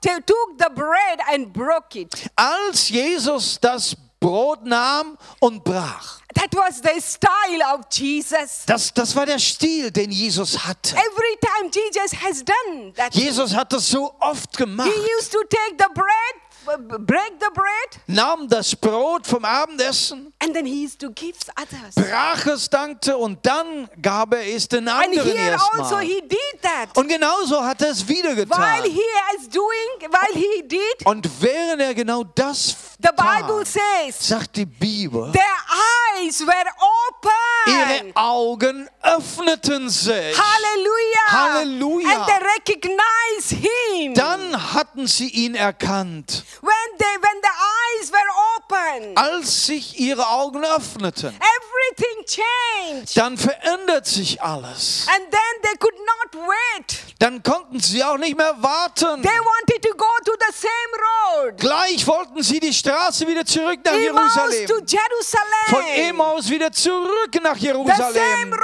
Speaker 1: t- took the bread and broke it,
Speaker 2: Als Jesus das Brot nahm und brach,
Speaker 1: that was the style of Jesus.
Speaker 2: das, das war der Stil, den Jesus hatte.
Speaker 1: Every time Jesus has done that,
Speaker 2: Jesus hat das so oft gemacht,
Speaker 1: he used to take the bread, b- b- break the bread,
Speaker 2: nahm das Brot vom Abendessen,
Speaker 1: and then he used to give others.
Speaker 2: brach es, dankte und dann gab er es den
Speaker 1: And
Speaker 2: anderen
Speaker 1: here also
Speaker 2: erstmal.
Speaker 1: he did that.
Speaker 2: Und genauso hat er es wieder
Speaker 1: While
Speaker 2: getan.
Speaker 1: he is doing, while he did,
Speaker 2: Und während er genau das
Speaker 1: the
Speaker 2: tat,
Speaker 1: Bible says
Speaker 2: sagt die Bibel,
Speaker 1: their eyes were
Speaker 2: ihre
Speaker 1: open.
Speaker 2: Augen öffneten sich.
Speaker 1: Hallelujah.
Speaker 2: Halleluja.
Speaker 1: And they recognize him.
Speaker 2: Dann hatten sie ihn erkannt,
Speaker 1: When they when the eyes were open,
Speaker 2: als sich ihre Augen öffneten.
Speaker 1: everything changed.
Speaker 2: Dann verändert sich alles.
Speaker 1: And then they could not wait.
Speaker 2: Dann konnten sie auch nicht mehr warten.
Speaker 1: They wanted to go to the same road.
Speaker 2: Gleich wollten sie die Straße wieder zurück nach
Speaker 1: Emmaus
Speaker 2: Jerusalem.
Speaker 1: to Jerusalem.
Speaker 2: Von Emmaus wieder zurück nach
Speaker 1: the same
Speaker 2: Jerusalem.
Speaker 1: road.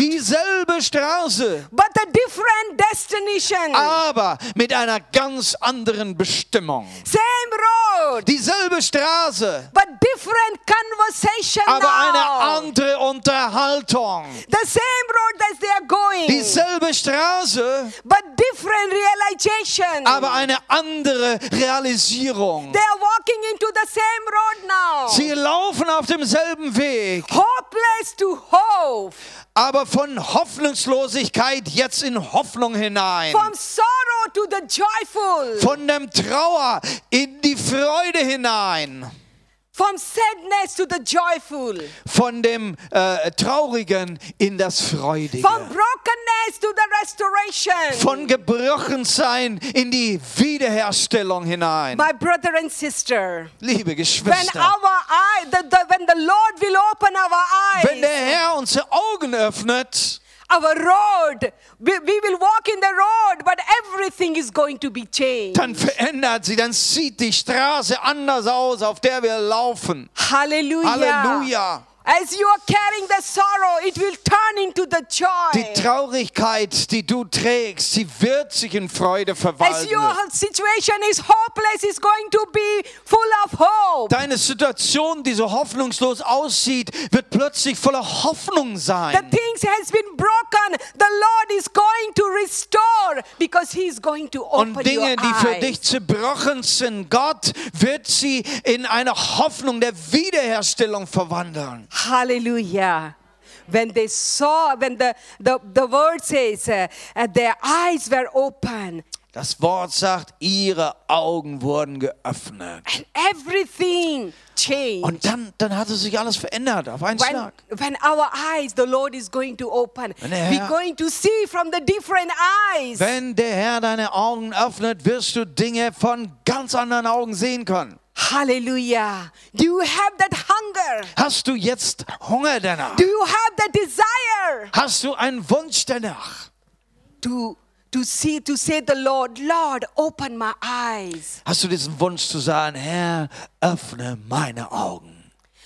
Speaker 2: Dieselbe Straße,
Speaker 1: But a different destination.
Speaker 2: aber mit einer ganz anderen Bestimmung.
Speaker 1: same road.
Speaker 2: Dieselbe Straße,
Speaker 1: But different conversation
Speaker 2: aber eine
Speaker 1: now.
Speaker 2: andere Unterhaltung.
Speaker 1: the same road as they are going.
Speaker 2: Dieselbe Straße,
Speaker 1: but different realization.
Speaker 2: aber eine andere Realisierung.
Speaker 1: They are walking into the same road now.
Speaker 2: Sie laufen auf demselben Weg,
Speaker 1: Hopeless to hope.
Speaker 2: aber von Hoffnungslosigkeit jetzt in Hoffnung hinein.
Speaker 1: From sorrow to the joyful.
Speaker 2: Von dem Trauer in die Freude hinein.
Speaker 1: From sadness to the joyful.
Speaker 2: Von dem äh, Traurigen in das Freudige.
Speaker 1: From brokenness to the restoration.
Speaker 2: Von Gebrochensein in die Wiederherstellung hinein.
Speaker 1: My brother and sister,
Speaker 2: Liebe
Speaker 1: when
Speaker 2: Geschwister,
Speaker 1: our eye, the, the, when the Lord will open our
Speaker 2: wenn der
Speaker 1: eyes,
Speaker 2: Herr unsere Augen öffnet,
Speaker 1: our road. We, we will walk in the road, but everything is going to be changed.
Speaker 2: dann verändert sie, dann sieht die Straße anders aus, auf der wir laufen.
Speaker 1: Hallelujah.
Speaker 2: Hallelujah.
Speaker 1: As you are carrying the sorrow, it will turn into the
Speaker 2: Die
Speaker 1: joy.
Speaker 2: Traurigkeit, die du trägst, sie wird sich in Freude
Speaker 1: As your
Speaker 2: verwandeln.
Speaker 1: situation is hopeless, it's going to be full of hope.
Speaker 2: Deine Situation, die so hoffnungslos aussieht, wird plötzlich voller Hoffnung
Speaker 1: The
Speaker 2: sein.
Speaker 1: things has been broken. The Lord is going to restore because He is going to open
Speaker 2: Und Dinge,
Speaker 1: your
Speaker 2: die für
Speaker 1: eyes.
Speaker 2: dich zerbrochen sind, Gott wird sie in eine Hoffnung der Wiederherstellung verwandeln.
Speaker 1: Hallelujah. When they saw, when the, the, the word says, uh, uh, their eyes were open
Speaker 2: Das Wort sagt, ihre Augen wurden geöffnet.
Speaker 1: and everything changed.
Speaker 2: Und dann, dann hatte sich alles verändert auf einen
Speaker 1: When,
Speaker 2: Schlag.
Speaker 1: when our eyes, the Lord is going to open.
Speaker 2: Wenn der
Speaker 1: We're
Speaker 2: Herr-
Speaker 1: going to see from the different eyes.
Speaker 2: Wenn der Herr deine Augen öffnet, wirst du Dinge von ganz anderen Augen sehen können.
Speaker 1: Hallelujah. Do you have that hunger?
Speaker 2: Hast du jetzt Hunger danach?
Speaker 1: Do you have that desire
Speaker 2: Hast du einen Wunsch danach?
Speaker 1: to, to see, to say the Lord, Lord, open my eyes.
Speaker 2: Hast du diesen Wunsch zu sagen, Herr, öffne meine Augen.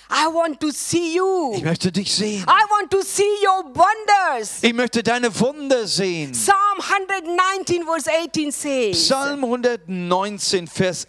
Speaker 1: I want to see
Speaker 2: Ich
Speaker 1: you.
Speaker 2: möchte dich sehen.
Speaker 1: I want to see your wonders.
Speaker 2: Ich möchte deine Wunder sehen.
Speaker 1: Psalm 119 verse 18 says,
Speaker 2: Psalm 119, Vers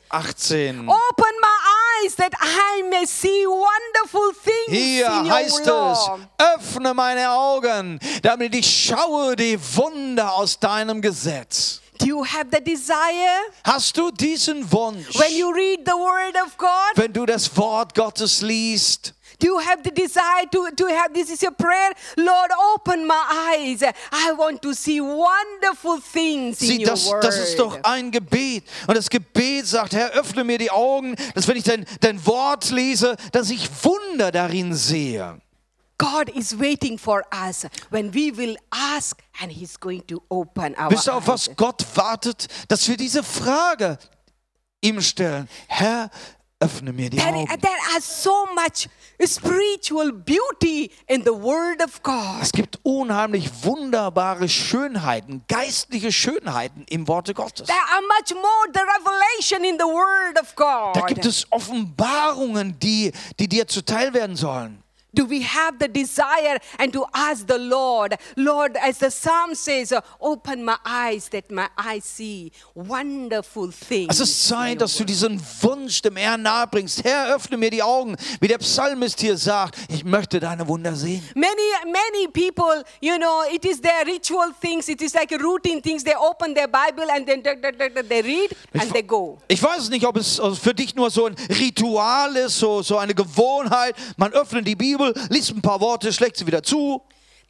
Speaker 1: Open
Speaker 2: 18.
Speaker 1: my eyes that I may see wonderful things
Speaker 2: Hier
Speaker 1: in your
Speaker 2: heißt es,
Speaker 1: law.
Speaker 2: öffne meine Augen, damit ich schaue die Wunder aus deinem Gesetz.
Speaker 1: Do you have the desire
Speaker 2: Hast du diesen Wunsch,
Speaker 1: when you read the word of God?
Speaker 2: wenn du das Wort Gottes liest?
Speaker 1: Do you have the desire to, to have this is your prayer? Lord, open my eyes. I want to see wonderful things in
Speaker 2: Sieh,
Speaker 1: your
Speaker 2: das,
Speaker 1: word.
Speaker 2: das ist doch ein Gebet. Und das Gebet sagt, Herr, öffne mir die Augen, dass wenn ich dein, dein Wort lese, dass ich Wunder darin sehe.
Speaker 1: God is waiting for us when we will ask and he's going to open our
Speaker 2: Wisst ihr, auf
Speaker 1: eyes.
Speaker 2: was Gott wartet? Dass wir diese Frage ihm stellen. Herr, öffne mir die
Speaker 1: There,
Speaker 2: Augen.
Speaker 1: there are so much spiritual beauty in the Word of God.
Speaker 2: Es gibt unheimlich wunderbare Schönheiten, geistliche Schönheiten im Worte Gottes.
Speaker 1: There are much more the revelation in the Word of God.
Speaker 2: Da gibt es Offenbarungen, die, die dir zuteil werden sollen.
Speaker 1: Do we have the desire and to ask the Lord, Lord, as the Psalm says, open my eyes that my eyes see wonderful things.
Speaker 2: Es ist
Speaker 1: in
Speaker 2: Zeit,
Speaker 1: your
Speaker 2: dass du
Speaker 1: word."
Speaker 2: diesen Wunsch dem Herrn nahebringst. Herr, öffne mir die Augen, wie der Psalmist hier sagt. Ich möchte deine Wunder sehen.
Speaker 1: Many, many people, you know, it is their ritual things. It is like routine things. They open their Bible and then they read and they go.
Speaker 2: Ich weiß nicht, ob es für dich nur so ein Ritual ist, so, so eine Gewohnheit. Man öffnet die Bibel, liest ein paar Worte, schlägt sie wieder zu.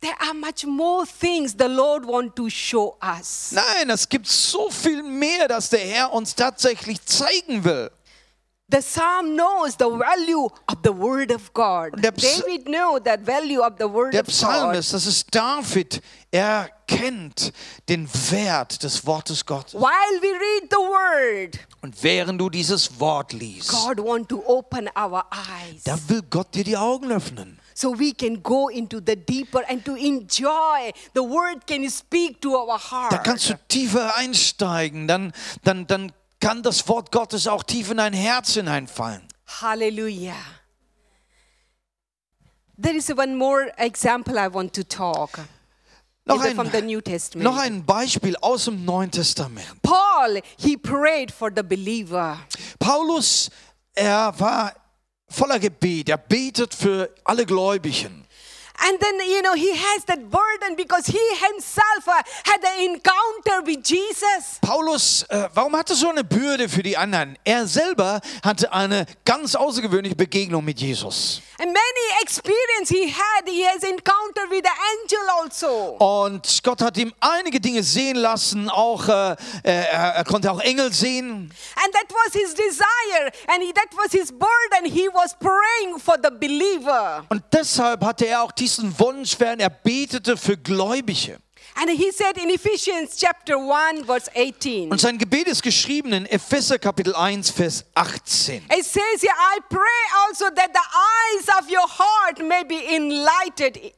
Speaker 1: There are much more things the Lord wants to show us.
Speaker 2: Nein, es gibt so viel mehr, dass der Herr uns tatsächlich zeigen will.
Speaker 1: The psalm knows the value of the word of God.
Speaker 2: Der Ps-
Speaker 1: David knew that value of the word
Speaker 2: Der
Speaker 1: of God.
Speaker 2: Psalmist, das ist David, er kennt den Wert des Wortes Gottes.
Speaker 1: While we read the word,
Speaker 2: Und während du dieses Wort liest,
Speaker 1: God wants to open our eyes
Speaker 2: da will Gott dir die Augen öffnen.
Speaker 1: so we can go into the deeper and to enjoy the word can speak to our
Speaker 2: Da
Speaker 1: heart.
Speaker 2: kannst du tiefer einsteigen, dann, dann, dann kann das Wort Gottes auch tief in dein Herz hineinfallen.
Speaker 1: Hallelujah. There is one more example I want to talk
Speaker 2: Noch
Speaker 1: Is it from the New
Speaker 2: ein,
Speaker 1: Testament.
Speaker 2: noch ein Beispiel aus dem Neuen Testament.
Speaker 1: Paul, he prayed for the believer.
Speaker 2: Paulus, er war voller Gebet, er betet für alle Gläubigen.
Speaker 1: And then, you know, he has that burden because he himself uh, had an encounter with Jesus.
Speaker 2: Paulus, äh, warum hatte so eine Bürde für die anderen? Er selber hatte eine ganz außergewöhnliche Begegnung mit Jesus.
Speaker 1: And many experience he had, he has encounter with the angel also.
Speaker 2: Und Gott hat ihm einige Dinge sehen lassen, auch äh, äh, er er konnte auch Engel sehen.
Speaker 1: And that was his desire and he, that was his burden. He was praying for the believer.
Speaker 2: Und deshalb hatte er auch diesen Wunsch, während er betete für Gläubige.
Speaker 1: And he said in Ephesians chapter 1 verse 18.
Speaker 2: Und sein Gebet ist geschrieben in Epheser Kapitel 1, Vers 18.
Speaker 1: It says here, I pray also that the eyes of your heart may be enlightened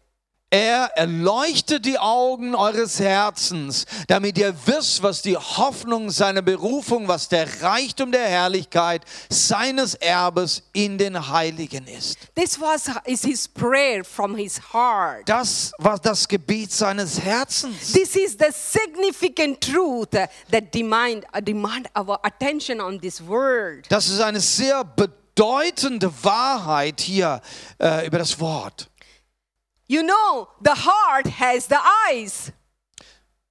Speaker 2: Er erleuchtet die Augen eures Herzens, damit ihr wisst, was die Hoffnung seiner Berufung, was der Reichtum der Herrlichkeit seines Erbes in den Heiligen ist.
Speaker 1: This was is his prayer from his heart.
Speaker 2: Das war das Gebet seines Herzens.
Speaker 1: This is the significant truth that demand, demand our attention on this word.
Speaker 2: Das ist eine sehr bedeutende Wahrheit hier äh, über das Wort.
Speaker 1: You know, the heart has the eyes.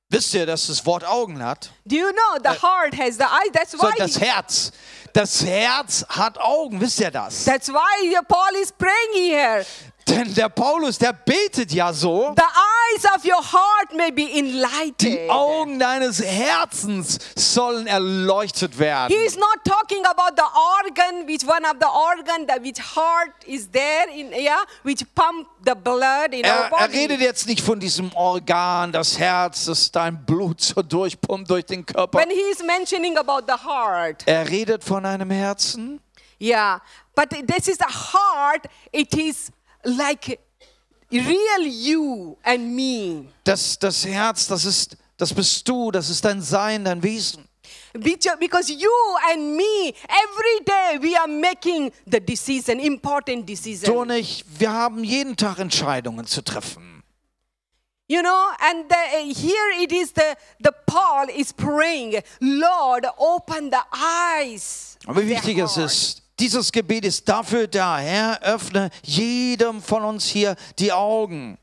Speaker 2: Wisst ihr, dass das Wort Augen hat?
Speaker 1: Do you know the heart has the eyes? That's
Speaker 2: So,
Speaker 1: why
Speaker 2: das Herz. Das Herz hat Augen, wisst ihr das?
Speaker 1: that's why your Paul is praying here.
Speaker 2: Denn der Paulus, der betet ja so.
Speaker 1: The eyes of your heart may be enlightened.
Speaker 2: Die Augen deines Herzens sollen erleuchtet werden.
Speaker 1: He is not talking about the organ, which one of the organ, that which heart is there in yeah, which pump the blood in
Speaker 2: Er,
Speaker 1: our
Speaker 2: er
Speaker 1: body.
Speaker 2: redet jetzt nicht von diesem Organ, das Herz, das dein Blut so durchpumpt durch den Körper.
Speaker 1: When he is mentioning about the heart,
Speaker 2: Er redet von einem Herzen,
Speaker 1: yeah, but this is the heart. It is like real you and me,
Speaker 2: das, das Herz, das ist, das bist du, das ist dein Sein, dein Wesen.
Speaker 1: Which- because you and me every day we are making the decision, important decision.
Speaker 2: Du und ich, wir haben jeden Tag Entscheidungen zu treffen.
Speaker 1: You know, and the, here it is the, the Paul is praying, Lord, open the eyes.
Speaker 2: Aber wie
Speaker 1: their
Speaker 2: wichtig es
Speaker 1: heart."
Speaker 2: ist, dieses Gebet ist dafür da. Herr, öffne jedem von uns hier die Augen.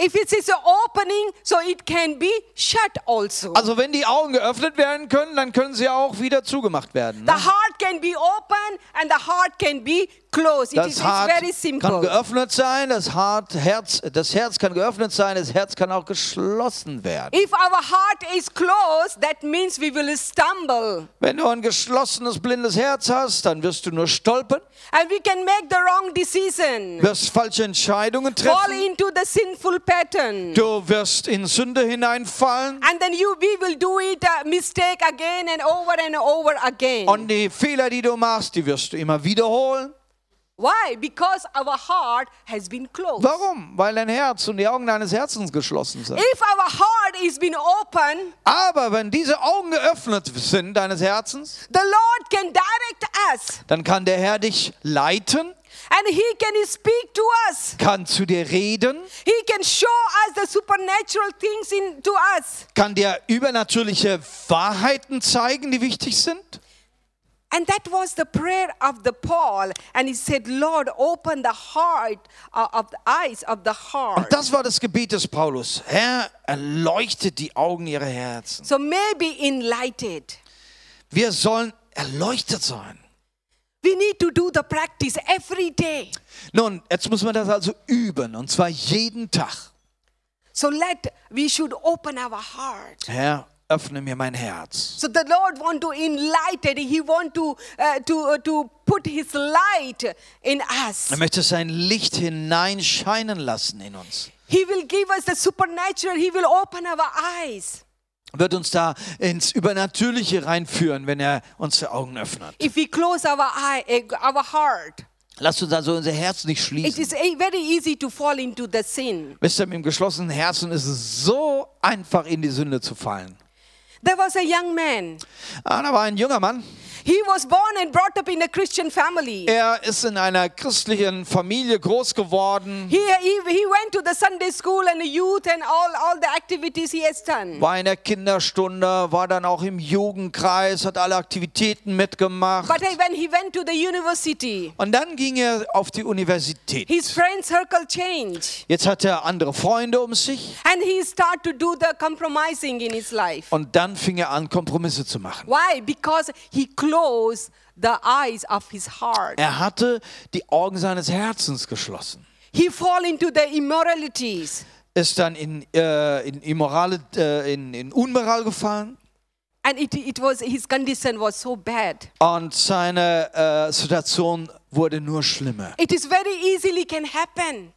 Speaker 1: If it is an opening, so it can be shut also.
Speaker 2: Also wenn die Augen geöffnet werden können, dann können sie auch wieder zugemacht werden.
Speaker 1: the
Speaker 2: Ne?
Speaker 1: heart can be open and the heart can be closed. It is
Speaker 2: Das
Speaker 1: it's
Speaker 2: Hart
Speaker 1: very
Speaker 2: kann
Speaker 1: simple.
Speaker 2: geöffnet sein, das Hart, Herz, das Herz kann geöffnet sein, das Herz kann auch geschlossen werden.
Speaker 1: If our heart is closed, that means we will stumble
Speaker 2: Wenn du ein geschlossenes, blindes Herz hast, dann wirst du nur stolpern,
Speaker 1: and we can make the wrong decision,
Speaker 2: wirst falsche Entscheidungen
Speaker 1: fall
Speaker 2: treffen,
Speaker 1: into the sinful pattern.
Speaker 2: du wirst in Sünde hineinfallen
Speaker 1: And then you, we will do it uh, mistake again and over and over again.
Speaker 2: und die Fehler, die du machst, die wirst du immer wiederholen.
Speaker 1: Why? Because our heart has been closed.
Speaker 2: Warum? Weil dein Herz und die Augen deines Herzens geschlossen sind.
Speaker 1: If our heart is been open,
Speaker 2: Aber wenn diese Augen geöffnet sind, deines Herzens,
Speaker 1: the Lord can direct us
Speaker 2: dann kann der Herr dich leiten,
Speaker 1: and He can speak to us.
Speaker 2: kann zu dir reden,
Speaker 1: He can show us the supernatural things in to us.
Speaker 2: kann dir übernatürliche Wahrheiten zeigen, die wichtig sind.
Speaker 1: And that was the prayer of the Paul. And he said, Lord, open the heart uh, of the eyes of the
Speaker 2: Und
Speaker 1: heart.
Speaker 2: das war das Gebet des Paulus. Herr, erleuchtet die Augen ihrer Herzen.
Speaker 1: So maybe enlightened.
Speaker 2: Wir sollen erleuchtet sein.
Speaker 1: We need to do the practice every day.
Speaker 2: Nun, jetzt muss man das also üben, und zwar jeden Tag.
Speaker 1: So let we should open our heart.
Speaker 2: Herr, öffne mir mein Herz.
Speaker 1: So the Lord want to enlighten. He want to uh, to uh, to put His light in us.
Speaker 2: Er möchte sein Licht hineinscheinen lassen in uns.
Speaker 1: He will give us the supernatural. He will open our eyes.
Speaker 2: Wird uns da ins Übernatürliche reinführen, wenn er unsere Augen öffnet.
Speaker 1: If we close our eye, eh, our heart,
Speaker 2: Lasst uns also unser Herz nicht schließen.
Speaker 1: it is eh, very easy to fall into the sin.
Speaker 2: Wisst ihr, mit dem geschlossenen Herzen ist es so einfach, in die Sünde zu fallen.
Speaker 1: There was a young man.
Speaker 2: Ah, da war ein junger Mann.
Speaker 1: He was born and brought up in a Christian family.
Speaker 2: Er ist in einer christlichen Familie groß geworden,
Speaker 1: He, he, he went to the Sunday school and the youth and all, all the activities he has done.
Speaker 2: war in der Kinderstunde, war dann auch im Jugendkreis, hat alle Aktivitäten mitgemacht.
Speaker 1: But eh, when he went to the university,
Speaker 2: Und dann ging er auf die Universität.
Speaker 1: his friend circle changed.
Speaker 2: Jetzt hat er andere Freunde um sich
Speaker 1: And he started to do the compromising in his life.
Speaker 2: und dann fing er an, Kompromisse zu machen.
Speaker 1: Why? Because he closed the eyes of his heart.
Speaker 2: Er hatte die Augen seines Herzens geschlossen,
Speaker 1: He fall into the immoralities.
Speaker 2: ist dann in, äh, in, immorale, äh, in, in Unmoral gefallen.
Speaker 1: And it, it was his condition was so bad.
Speaker 2: Und seine äh, Situation wurde nur schlimmer.
Speaker 1: It is very easily can happen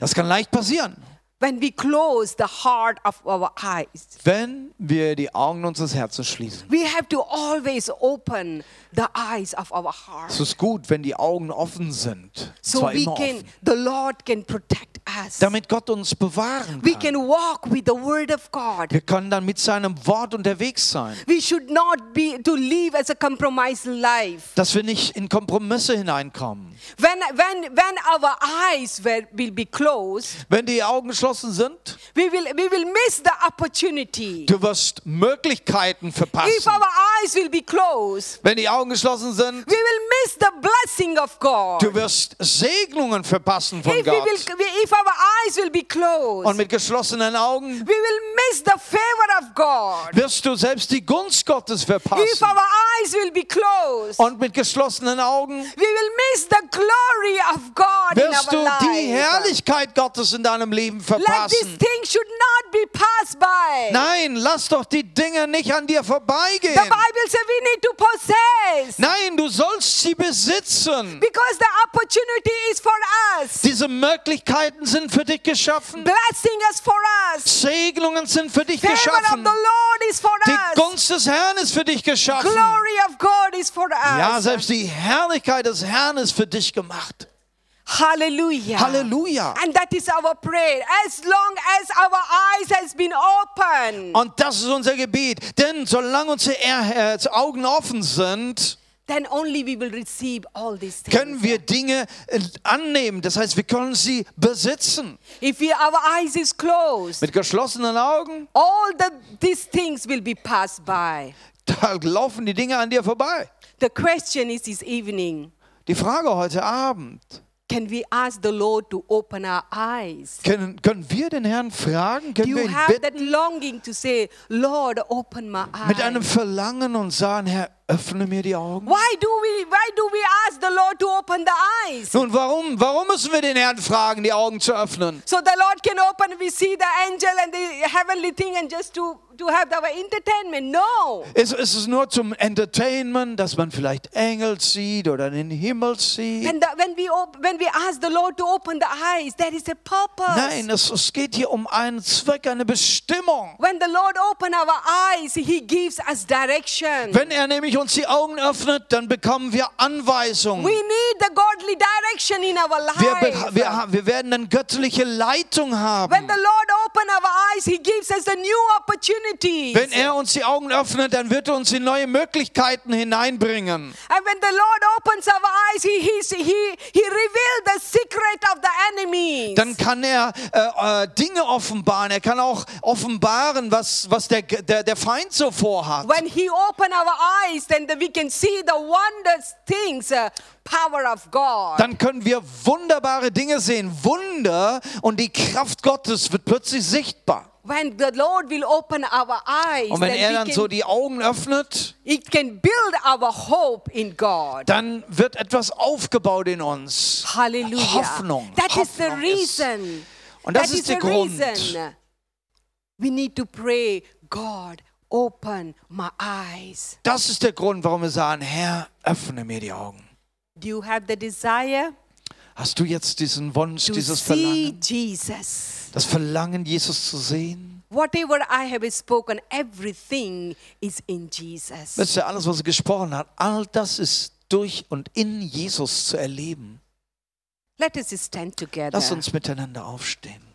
Speaker 2: Das kann leicht passieren,
Speaker 1: when we close the heart of our eyes.
Speaker 2: wenn wir die Augen unseres Herzens schließen.
Speaker 1: We have to always open the eyes of our heart.
Speaker 2: Es ist gut, wenn die Augen offen sind.
Speaker 1: So
Speaker 2: Zwar
Speaker 1: we
Speaker 2: immer
Speaker 1: can
Speaker 2: offen.
Speaker 1: the Lord can protect us.
Speaker 2: damit Gott uns bewahren
Speaker 1: We
Speaker 2: kann.
Speaker 1: can walk with the word of God.
Speaker 2: Wir können dann mit seinem Wort unterwegs sein,
Speaker 1: We should not be to live as a compromised life.
Speaker 2: dass wir nicht in Kompromisse hineinkommen.
Speaker 1: When when when our eyes will, will be closed,
Speaker 2: Wenn die Augen geschlossen sind,
Speaker 1: we will we will miss the opportunity.
Speaker 2: du wirst Möglichkeiten
Speaker 1: If
Speaker 2: verpassen.
Speaker 1: our eyes will be closed,
Speaker 2: Wenn die Augen geschlossen sind,
Speaker 1: we will miss the blessing of God.
Speaker 2: du wirst Segnungen verpassen von
Speaker 1: If, we
Speaker 2: Gott.
Speaker 1: will, if our eyes will be
Speaker 2: Und
Speaker 1: closed,
Speaker 2: mit geschlossenen Augen
Speaker 1: we will miss the favor of God.
Speaker 2: wirst du selbst die Gunst Gottes
Speaker 1: If
Speaker 2: verpassen.
Speaker 1: our eyes will be closed,
Speaker 2: Und mit geschlossenen Augen
Speaker 1: we will miss the glory of God in
Speaker 2: wirst
Speaker 1: our
Speaker 2: du die
Speaker 1: life.
Speaker 2: Herrlichkeit Gottes in deinem Leben
Speaker 1: Like this
Speaker 2: verpassen.
Speaker 1: thing should not be passed by.
Speaker 2: Nein, lass doch die Dinge nicht an dir vorbeigehen.
Speaker 1: The Bible says we need to possess
Speaker 2: Nein, du sollst sie besitzen.
Speaker 1: because the opportunity is for us.
Speaker 2: Diese Möglichkeiten sind für dich geschaffen.
Speaker 1: Blessing is for us.
Speaker 2: Segnungen sind für dich
Speaker 1: Favor of
Speaker 2: geschaffen.
Speaker 1: the Lord is for
Speaker 2: Die
Speaker 1: us.
Speaker 2: Gunst des Herrn ist für dich geschaffen.
Speaker 1: Glory of God is for
Speaker 2: Ja,
Speaker 1: us.
Speaker 2: selbst die Herrlichkeit des Herrn ist für dich gemacht.
Speaker 1: Hallelujah.
Speaker 2: Halleluja.
Speaker 1: And that is our prayer. As long as our eyes has been open,
Speaker 2: Und das ist unser Gebet. Denn solange unsere Er- äh, Augen offen sind,
Speaker 1: then only we will receive all these things.
Speaker 2: können wir Dinge äh, annehmen. Das heißt, wir können sie besitzen.
Speaker 1: if we, our eyes is closed,
Speaker 2: Mit geschlossenen Augen,
Speaker 1: all the, these things will be passed by.
Speaker 2: da laufen die Dinge an dir vorbei.
Speaker 1: The question is this evening,
Speaker 2: Die Frage heute Abend,
Speaker 1: can we ask the Lord to open our eyes?
Speaker 2: können, können wir den Herrn fragen?
Speaker 1: Do
Speaker 2: Können wir
Speaker 1: you
Speaker 2: ihn
Speaker 1: have
Speaker 2: bitten?
Speaker 1: that longing to say, Lord, open my
Speaker 2: Mit einem
Speaker 1: eyes?
Speaker 2: Verlangen und sagen, Herr, öffne mir die Augen.
Speaker 1: Why do we why do we ask the Lord to open the eyes?
Speaker 2: Nun, warum? Warum müssen wir den Herrn fragen, die Augen zu öffnen?
Speaker 1: So the Lord can open, we see the angel and the heavenly thing and just to, to have our entertainment. No.
Speaker 2: Ist, ist es nur zum Entertainment, dass man vielleicht Engel sieht oder den Himmel sieht?
Speaker 1: When, the, when, we op- when we ask the Lord to open the eyes, there is a purpose.
Speaker 2: Nein, es, es geht hier um einen Zweck, eine Bestimmung.
Speaker 1: When the Lord open our eyes, He gives us direction.
Speaker 2: Wenn er nämlich uns die Augen öffnet, dann bekommen wir Anweisungen.
Speaker 1: we need the godly direction in our life.
Speaker 2: Wir, be- wir, ha- wir werden dann göttliche Leitung
Speaker 1: when
Speaker 2: haben.
Speaker 1: the Lord open our eyes, He gives us a new opportunity.
Speaker 2: Wenn er uns die Augen öffnet, dann wird er uns in neue Möglichkeiten hineinbringen.
Speaker 1: and when the Lord opens our eyes, He, he, he, he reveals the secret of the enemies.
Speaker 2: Dann kann er äh, äh, Dinge offenbaren. Er kann auch offenbaren, was, was der, der, der Feind so vorhat.
Speaker 1: When he open our eyes, then the- we can see the wondrous things, uh, power of God.
Speaker 2: Dann können wir wunderbare Dinge sehen. Wunder und die Kraft Gottes wird plötzlich sichtbar.
Speaker 1: when the Lord will open our eyes,
Speaker 2: Und wenn
Speaker 1: then
Speaker 2: er
Speaker 1: we
Speaker 2: dann
Speaker 1: can,
Speaker 2: so die Augen öffnet,
Speaker 1: it can build our hope in God.
Speaker 2: dann wird etwas aufgebaut in uns.
Speaker 1: Hallelujah.
Speaker 2: Hoffnung.
Speaker 1: That is the
Speaker 2: Hoffnung ist-
Speaker 1: reason.
Speaker 2: Und das
Speaker 1: that
Speaker 2: ist der
Speaker 1: the
Speaker 2: Grund.
Speaker 1: reason. We need to pray, God, open my eyes.
Speaker 2: Das ist der Grund, warum wir sagen, Herr, öffne mir die Augen.
Speaker 1: Do you have the desire
Speaker 2: Hast du jetzt diesen Wunsch,
Speaker 1: to
Speaker 2: dieses
Speaker 1: see
Speaker 2: Verlangen,
Speaker 1: Jesus?
Speaker 2: das Verlangen, Jesus zu sehen?
Speaker 1: Whatever I have spoken, everything is in Jesus.
Speaker 2: Wisst ihr, alles, was er gesprochen hat, all das ist durch und in Jesus zu erleben.
Speaker 1: Let us stand together.
Speaker 2: Lass uns miteinander aufstehen.